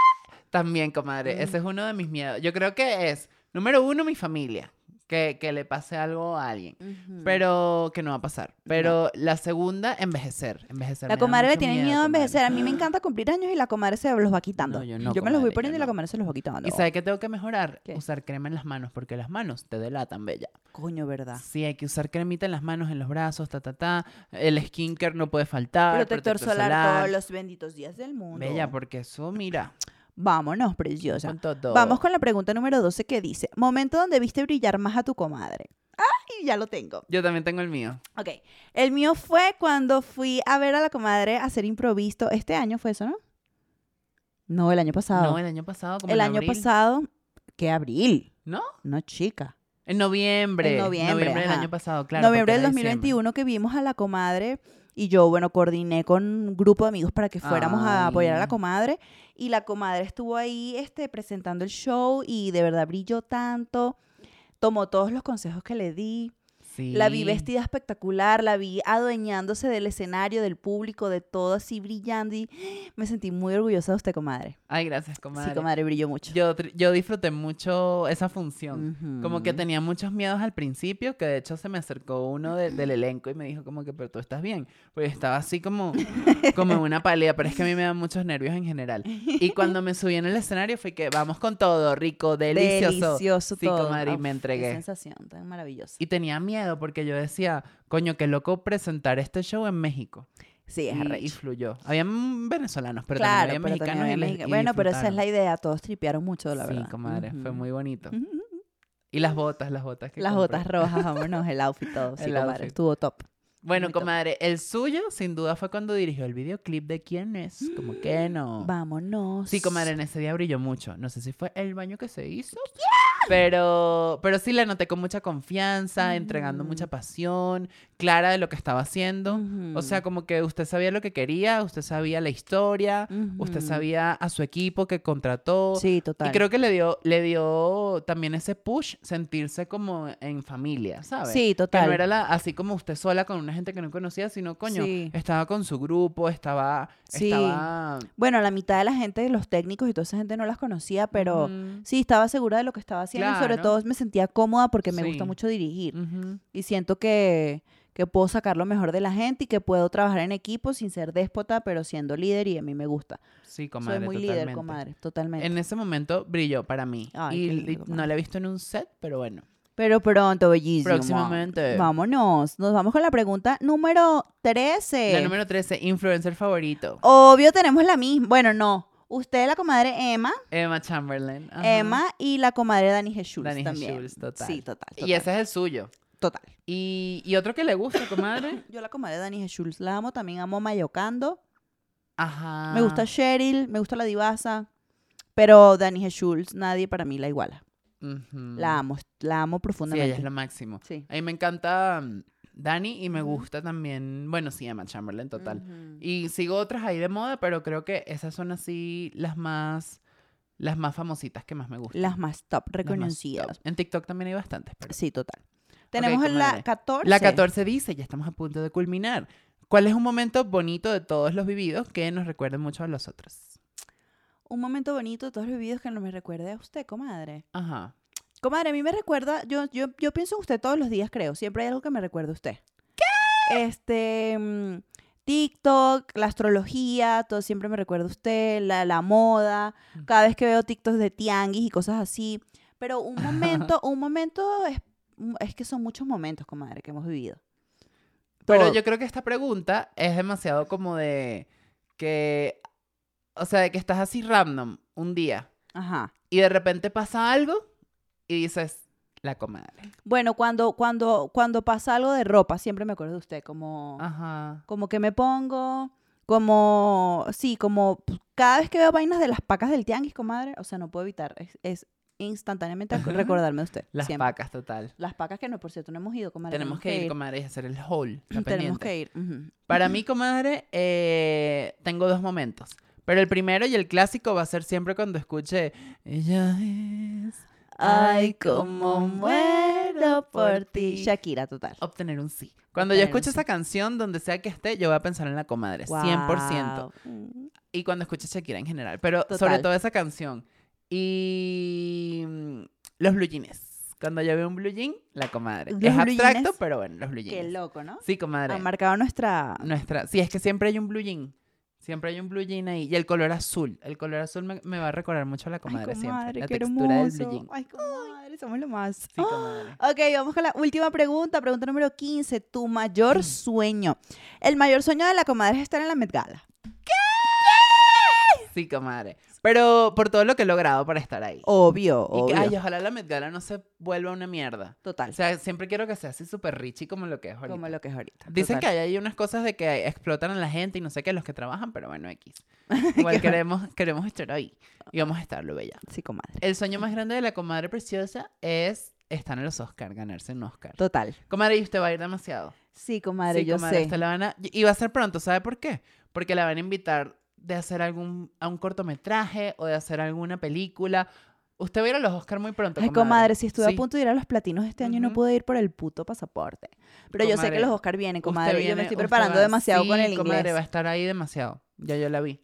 [SPEAKER 2] También, comadre, ese es uno de mis miedos. Yo creo que es, número uno, mi familia, que, que le pase algo a alguien,
[SPEAKER 1] Ujú.
[SPEAKER 2] pero que no va a pasar. Pero la segunda, envejecer, envejecer.
[SPEAKER 1] la
[SPEAKER 2] me da
[SPEAKER 1] comadre le
[SPEAKER 2] mucho
[SPEAKER 1] tiene miedo, a
[SPEAKER 2] comadre.
[SPEAKER 1] envejecer. A mí me encanta cumplir años y la comadre se los va quitando.
[SPEAKER 2] No, yo
[SPEAKER 1] me
[SPEAKER 2] no,
[SPEAKER 1] los voy
[SPEAKER 2] comadre, yo
[SPEAKER 1] poniendo y la
[SPEAKER 2] no.
[SPEAKER 1] comadre se los va quitando.
[SPEAKER 2] ¿Y sabe qué tengo que mejorar?
[SPEAKER 1] Ah, ¿Qué?
[SPEAKER 2] Usar crema en las manos, porque las manos te delatan, bella.
[SPEAKER 1] Coño, ¿verdad?
[SPEAKER 2] Sí, hay que usar cremita en las manos, en los brazos, ta, ta, ta. El skincare no puede faltar.
[SPEAKER 1] Protector, solar, todos los benditos días del mundo.
[SPEAKER 2] Bella, porque eso, mira,
[SPEAKER 1] Vámonos, preciosa.
[SPEAKER 2] con todo.
[SPEAKER 1] Vamos con la pregunta número 12 que dice, momento donde viste brillar más a tu comadre. ¡Ay! Ya lo tengo.
[SPEAKER 2] Yo también tengo el mío.
[SPEAKER 1] Ok. El mío fue cuando fui a ver a la comadre a hacer improviso. Este año fue eso, ¿no? No, el año pasado.
[SPEAKER 2] No, el año pasado. Como
[SPEAKER 1] Ah. el
[SPEAKER 2] en
[SPEAKER 1] año
[SPEAKER 2] abril.
[SPEAKER 1] pasado. ¿Qué abril?
[SPEAKER 2] ¿No?
[SPEAKER 1] No, chica.
[SPEAKER 2] En noviembre.
[SPEAKER 1] En noviembre,
[SPEAKER 2] del
[SPEAKER 1] ajá.
[SPEAKER 2] año pasado, claro.
[SPEAKER 1] Noviembre
[SPEAKER 2] porque
[SPEAKER 1] del
[SPEAKER 2] era diciembre.
[SPEAKER 1] 2021 que vimos a la comadre y yo, bueno, coordiné con un grupo de amigos para que fuéramos a apoyar a la
[SPEAKER 2] Ay.
[SPEAKER 1] comadre y la comadre estuvo ahí este, presentando el show y de verdad brilló tanto, tomó todos los consejos que le di.
[SPEAKER 2] Sí.
[SPEAKER 1] La vi vestida espectacular, la vi adueñándose del escenario, del público, de todo así brillando y me sentí muy orgullosa de usted, comadre.
[SPEAKER 2] Ay, gracias, comadre.
[SPEAKER 1] Sí, comadre, brilló mucho.
[SPEAKER 2] Yo, tri- yo disfruté mucho esa función. Como que
[SPEAKER 1] Ujú.
[SPEAKER 2] tenía muchos miedos al principio, que de hecho se me acercó uno de- del elenco y me dijo como que, pero tú estás bien. Pues estaba así como, como en una pelea, pero es que a mí me dan muchos nervios en general. Y cuando me subí en el escenario fue que vamos con todo, rico, delicioso.
[SPEAKER 1] Delicioso
[SPEAKER 2] Sí,
[SPEAKER 1] todo.
[SPEAKER 2] comadre, y
[SPEAKER 1] Uf,
[SPEAKER 2] me
[SPEAKER 1] Qué
[SPEAKER 2] entregué.
[SPEAKER 1] sensación tan maravillosa.
[SPEAKER 2] Y tenía miedo porque yo decía, coño, qué loco presentar este show en México.
[SPEAKER 1] Sí, es
[SPEAKER 2] y,
[SPEAKER 1] arrecho.
[SPEAKER 2] y fluyó. Había mm, venezolanos, pero
[SPEAKER 1] claro,
[SPEAKER 2] también había
[SPEAKER 1] pero
[SPEAKER 2] mexicanos.
[SPEAKER 1] también
[SPEAKER 2] y
[SPEAKER 1] había
[SPEAKER 2] les-
[SPEAKER 1] mexica-
[SPEAKER 2] y
[SPEAKER 1] Bueno, pero esa es la
[SPEAKER 2] disfrutaron.
[SPEAKER 1] idea. Todos tripearon mucho, la verdad.
[SPEAKER 2] Sí, comadre, fue
[SPEAKER 1] Ujú.
[SPEAKER 2] muy bonito.
[SPEAKER 1] Ujú, ujú.
[SPEAKER 2] Y las botas, las botas que
[SPEAKER 1] Las
[SPEAKER 2] compré.
[SPEAKER 1] botas rojas, vámonos, el outfit todo. Sí,
[SPEAKER 2] El
[SPEAKER 1] comadre,
[SPEAKER 2] outfit.
[SPEAKER 1] estuvo top.
[SPEAKER 2] Bueno,
[SPEAKER 1] Muy top.
[SPEAKER 2] comadre, el suyo sin duda fue cuando dirigió el videoclip de quién es, como que no.
[SPEAKER 1] Vámonos.
[SPEAKER 2] Sí, comadre, en ese día brilló mucho. No sé si fue el baño que se hizo, pero, pero sí la noté con mucha confianza, entregando
[SPEAKER 1] Ujú.
[SPEAKER 2] mucha pasión, clara de lo que estaba haciendo. O
[SPEAKER 1] Mm.
[SPEAKER 2] sea, como que usted sabía lo que quería, usted sabía la historia, usted sabía a su equipo que contrató.
[SPEAKER 1] Mm. Sí, total.
[SPEAKER 2] Y creo que le dio, le dio también ese push sentirse como en familia, ¿sabes?
[SPEAKER 1] Sí,
[SPEAKER 2] Que
[SPEAKER 1] total.
[SPEAKER 2] no era la- así como usted sola con una gente que no conocía, sino coño,
[SPEAKER 1] Sí.
[SPEAKER 2] estaba con su grupo, estaba,
[SPEAKER 1] Sí.
[SPEAKER 2] estaba.
[SPEAKER 1] Bueno, la mitad de la gente, los técnicos y toda esa gente no las conocía, pero
[SPEAKER 2] Ujú,
[SPEAKER 1] sí, estaba segura de lo que estaba haciendo y sobre
[SPEAKER 2] Claro.
[SPEAKER 1] todo me sentía cómoda porque me gusta
[SPEAKER 2] Sí.
[SPEAKER 1] mucho dirigir
[SPEAKER 2] ujú.
[SPEAKER 1] y siento que, que puedo sacar lo mejor de la gente y que puedo trabajar en equipo sin ser déspota, pero siendo líder y a mí me gusta.
[SPEAKER 2] Sí, comadre.
[SPEAKER 1] Soy muy
[SPEAKER 2] totalmente.
[SPEAKER 1] líder, comadre, totalmente.
[SPEAKER 2] En ese momento brilló para mí.
[SPEAKER 1] Ay,
[SPEAKER 2] y
[SPEAKER 1] qué
[SPEAKER 2] li-
[SPEAKER 1] lindo,
[SPEAKER 2] no
[SPEAKER 1] comadre.
[SPEAKER 2] la he visto en un set, pero bueno.
[SPEAKER 1] Pero pronto, bellísimo.
[SPEAKER 2] Próximamente.
[SPEAKER 1] Vámonos. Nos vamos con la pregunta número 13.
[SPEAKER 2] La número 13, influencer favorito.
[SPEAKER 1] Obvio tenemos la misma. Bueno, no. Usted, la comadre Emma,
[SPEAKER 2] Emma Chamberlain. Ajá.
[SPEAKER 1] Emma y la comadre Dani Jesús
[SPEAKER 2] Dani
[SPEAKER 1] también.
[SPEAKER 2] Schulz, total.
[SPEAKER 1] Sí, total.
[SPEAKER 2] Y ese es el suyo.
[SPEAKER 1] total.
[SPEAKER 2] Y, y otro que le gusta, comadre.
[SPEAKER 1] Yo la comadre Dani Jesús la amo, también amo a Mayocando.
[SPEAKER 2] Ajá.
[SPEAKER 1] Me gusta Cheryl, me gusta la divasa. Pero Dani Jesús, nadie para mí la iguala.
[SPEAKER 2] Ujú.
[SPEAKER 1] La amo, la amo
[SPEAKER 2] Mm. Sí, ella
[SPEAKER 1] profundamente.
[SPEAKER 2] es lo máximo.
[SPEAKER 1] Sí.
[SPEAKER 2] A mí me encanta mm, Dani y me
[SPEAKER 1] Ujú.
[SPEAKER 2] gusta también, bueno, sí, Emma Chamberlain, total.
[SPEAKER 1] Ujú.
[SPEAKER 2] Y sigo otras ahí de moda, pero creo que esas son así las más, las más famositas que más me gustan.
[SPEAKER 1] Las más top
[SPEAKER 2] las más
[SPEAKER 1] reconocidas.
[SPEAKER 2] top. En TikTok también hay bastantes. pero-
[SPEAKER 1] Sí, total. Tenemos la
[SPEAKER 2] comadre.
[SPEAKER 1] 14.
[SPEAKER 2] La 14 dice, ya estamos a punto de culminar. ¿Cuál es un momento bonito de todos los vividos que nos recuerde mucho a los otros?
[SPEAKER 1] Un momento bonito de todos los videos que no me recuerde a usted, comadre.
[SPEAKER 2] Ajá.
[SPEAKER 1] Comadre, a mí me recuerda, yo, yo, yo pienso en usted todos los días, creo. Siempre hay algo que me recuerda a usted. ¿Qué? Este, mm, TikTok, la astrología, todo siempre me recuerda a usted, la, la moda.
[SPEAKER 2] Mm.
[SPEAKER 1] Cada vez que veo TikToks de tianguis y cosas así. Pero un momento, un momento es, mm, es que son muchos momentos, comadre, que hemos vivido.
[SPEAKER 2] Pero
[SPEAKER 1] Todo.
[SPEAKER 2] yo creo que esta pregunta es demasiado como de que, o sea, de que estás así random un día
[SPEAKER 1] Ajá.
[SPEAKER 2] y de repente pasa algo y dices, la comadre.
[SPEAKER 1] Bueno, cuando, cuando, cuando pasa algo de ropa, siempre me acuerdo de usted, como,
[SPEAKER 2] Ajá.
[SPEAKER 1] como que me pongo, como, sí, como p- cada vez que veo vainas de las pacas del tianguis, comadre, o sea, no puedo evitar, es, es instantáneamente ac- recordarme de usted.
[SPEAKER 2] Las
[SPEAKER 1] siempre.
[SPEAKER 2] pacas, total.
[SPEAKER 1] Las pacas que no, por cierto, no hemos ido, comadre.
[SPEAKER 2] Tenemos que ir, comadre, y hacer el haul. está
[SPEAKER 1] Mm, Tenemos
[SPEAKER 2] pendiente.
[SPEAKER 1] que ir. ujú.
[SPEAKER 2] Para mí, comadre, eh, tengo dos momentos. Pero el primero y el clásico va a ser siempre cuando escuche Ella es
[SPEAKER 1] Ay, como muero por ti.
[SPEAKER 2] Ya-
[SPEAKER 1] Shakira, total.
[SPEAKER 2] obtener un sí. Cuando
[SPEAKER 1] Obtener
[SPEAKER 2] yo
[SPEAKER 1] un
[SPEAKER 2] escucho
[SPEAKER 1] sí.
[SPEAKER 2] esa canción, donde sea que esté, yo voy a pensar en la comadre, 100%.
[SPEAKER 1] Guau. Mm.
[SPEAKER 2] Y cuando escuche Shakira en general, pero sobre
[SPEAKER 1] Total.
[SPEAKER 2] todo esa canción. Y mm, los blue jeans. Cuando yo veo un blue jean, la comadre.
[SPEAKER 1] Los
[SPEAKER 2] es
[SPEAKER 1] blue
[SPEAKER 2] abstracto,
[SPEAKER 1] jeans.
[SPEAKER 2] pero bueno, los blue
[SPEAKER 1] Qué
[SPEAKER 2] jeans.
[SPEAKER 1] loco, ¿no?
[SPEAKER 2] Sí, comadre.
[SPEAKER 1] Ha marcado nuestra...
[SPEAKER 2] Nuestra, sí, es que siempre hay un blue jean. Siempre hay un blue jean ahí. Y el color azul. El color azul me, me va a recordar mucho a la comadre, siempre. La
[SPEAKER 1] qué
[SPEAKER 2] textura del
[SPEAKER 1] hermoso.
[SPEAKER 2] blue
[SPEAKER 1] ¡Ah!
[SPEAKER 2] jean.
[SPEAKER 1] Ay, comadre, somos lo más.
[SPEAKER 2] Sí, comadre.
[SPEAKER 1] Ok, vamos con la última pregunta, pregunta número 15. Tu
[SPEAKER 2] Mm.
[SPEAKER 1] mayor sueño. El mayor sueño de la comadre es estar en la Met Gala.
[SPEAKER 2] Sí, comadre. Pero por todo lo que he logrado para estar ahí.
[SPEAKER 1] Obvio,
[SPEAKER 2] y que,
[SPEAKER 1] obvio.
[SPEAKER 2] ay, ojalá la Met Gala no se vuelva una mierda.
[SPEAKER 1] Total.
[SPEAKER 2] O sea, siempre quiero que sea así súper richy como lo que es ahorita.
[SPEAKER 1] como lo que es ahorita.
[SPEAKER 2] Dicen que hay ahí unas cosas de que explotan a la gente y no sé qué, los que trabajan, pero bueno, X. Igual queremos, queremos estar ahí. Y vamos a estarlo, bella.
[SPEAKER 1] que... Sí, comadre.
[SPEAKER 2] El sueño más grande de la comadre preciosa es estar en los Oscar, ganarse un Oscar.
[SPEAKER 1] Total.
[SPEAKER 2] Comadre, y usted va a ir demasiado.
[SPEAKER 1] Sí, comadre,
[SPEAKER 2] Sí,
[SPEAKER 1] yo
[SPEAKER 2] comadre,
[SPEAKER 1] sé.
[SPEAKER 2] usted la van a- Y va a ser pronto, ¿sabe por qué? Porque la van a invitar de hacer algún a un cortometraje o de hacer alguna película. Usted va a ir a los Oscar muy pronto.
[SPEAKER 1] Ay,
[SPEAKER 2] comadre.
[SPEAKER 1] comadre, si estuve
[SPEAKER 2] Sí.
[SPEAKER 1] a punto de ir a los platinos este año y no
[SPEAKER 2] Ujú.
[SPEAKER 1] pude ir por el puto pasaporte. Pero yo sé que
[SPEAKER 2] Comadre,
[SPEAKER 1] los Oscar vienen,
[SPEAKER 2] Usted
[SPEAKER 1] comadre. yo
[SPEAKER 2] viene,
[SPEAKER 1] me estoy
[SPEAKER 2] usted
[SPEAKER 1] preparando
[SPEAKER 2] va-
[SPEAKER 1] demasiado con
[SPEAKER 2] Sí,
[SPEAKER 1] el inglés.
[SPEAKER 2] comadre, va a estar ahí demasiado. Ya yo la vi.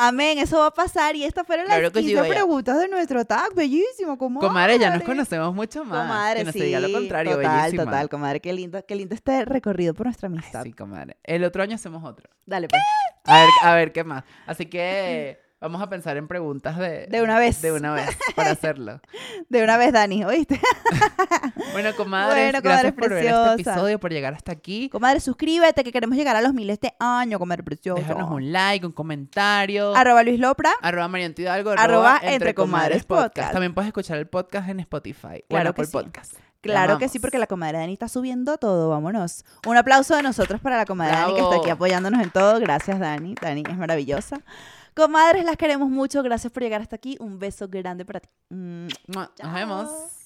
[SPEAKER 1] Amén, eso va a pasar. Y estas fueron las
[SPEAKER 2] Claro que sí,
[SPEAKER 1] 15
[SPEAKER 2] vaya.
[SPEAKER 1] preguntas de nuestro tag. Bellísimo, comadre.
[SPEAKER 2] Comadre, ya nos conocemos mucho más.
[SPEAKER 1] Comadre,
[SPEAKER 2] que no
[SPEAKER 1] sí.
[SPEAKER 2] se diga lo contrario,
[SPEAKER 1] total,
[SPEAKER 2] bellísima.
[SPEAKER 1] total, comadre. Qué lindo, qué lindo este recorrido por nuestra amistad.
[SPEAKER 2] Sí, comadre. El otro año hacemos otro.
[SPEAKER 1] Dale, pues.
[SPEAKER 2] A ver, a ver qué más. Así que vamos a pensar en preguntas de...
[SPEAKER 1] De una vez.
[SPEAKER 2] De una vez, para hacerlo.
[SPEAKER 1] De una vez, Dani, ¿oíste?
[SPEAKER 2] Bueno, comadres,
[SPEAKER 1] Bueno, comadre
[SPEAKER 2] gracias por ver este
[SPEAKER 1] preciosa.
[SPEAKER 2] episodio, por llegar hasta aquí.
[SPEAKER 1] Comadre, suscríbete que queremos llegar a los mil este año, comadre preciosa.
[SPEAKER 2] Déjanos un like, un comentario.
[SPEAKER 1] Arroba Luis Lopra.
[SPEAKER 2] Arroba Marianto Hidalgo.
[SPEAKER 1] Arroba Entre Comadres Podcast.
[SPEAKER 2] También puedes escuchar el podcast en Spotify.
[SPEAKER 1] Claro
[SPEAKER 2] Claro
[SPEAKER 1] que
[SPEAKER 2] por
[SPEAKER 1] sí.
[SPEAKER 2] podcast.
[SPEAKER 1] Claro
[SPEAKER 2] Te
[SPEAKER 1] que sí,
[SPEAKER 2] amamos.
[SPEAKER 1] porque la comadre Dani está subiendo todo, vámonos. Un aplauso de nosotros para la comadre Dani que está
[SPEAKER 2] Bravo.
[SPEAKER 1] aquí apoyándonos en todo. Gracias, Dani. Dani es maravillosa. Comadres, las queremos mucho. Gracias por llegar hasta aquí. Un beso grande para ti. Mm.
[SPEAKER 2] Mua, Nos
[SPEAKER 1] Chao.
[SPEAKER 2] vemos.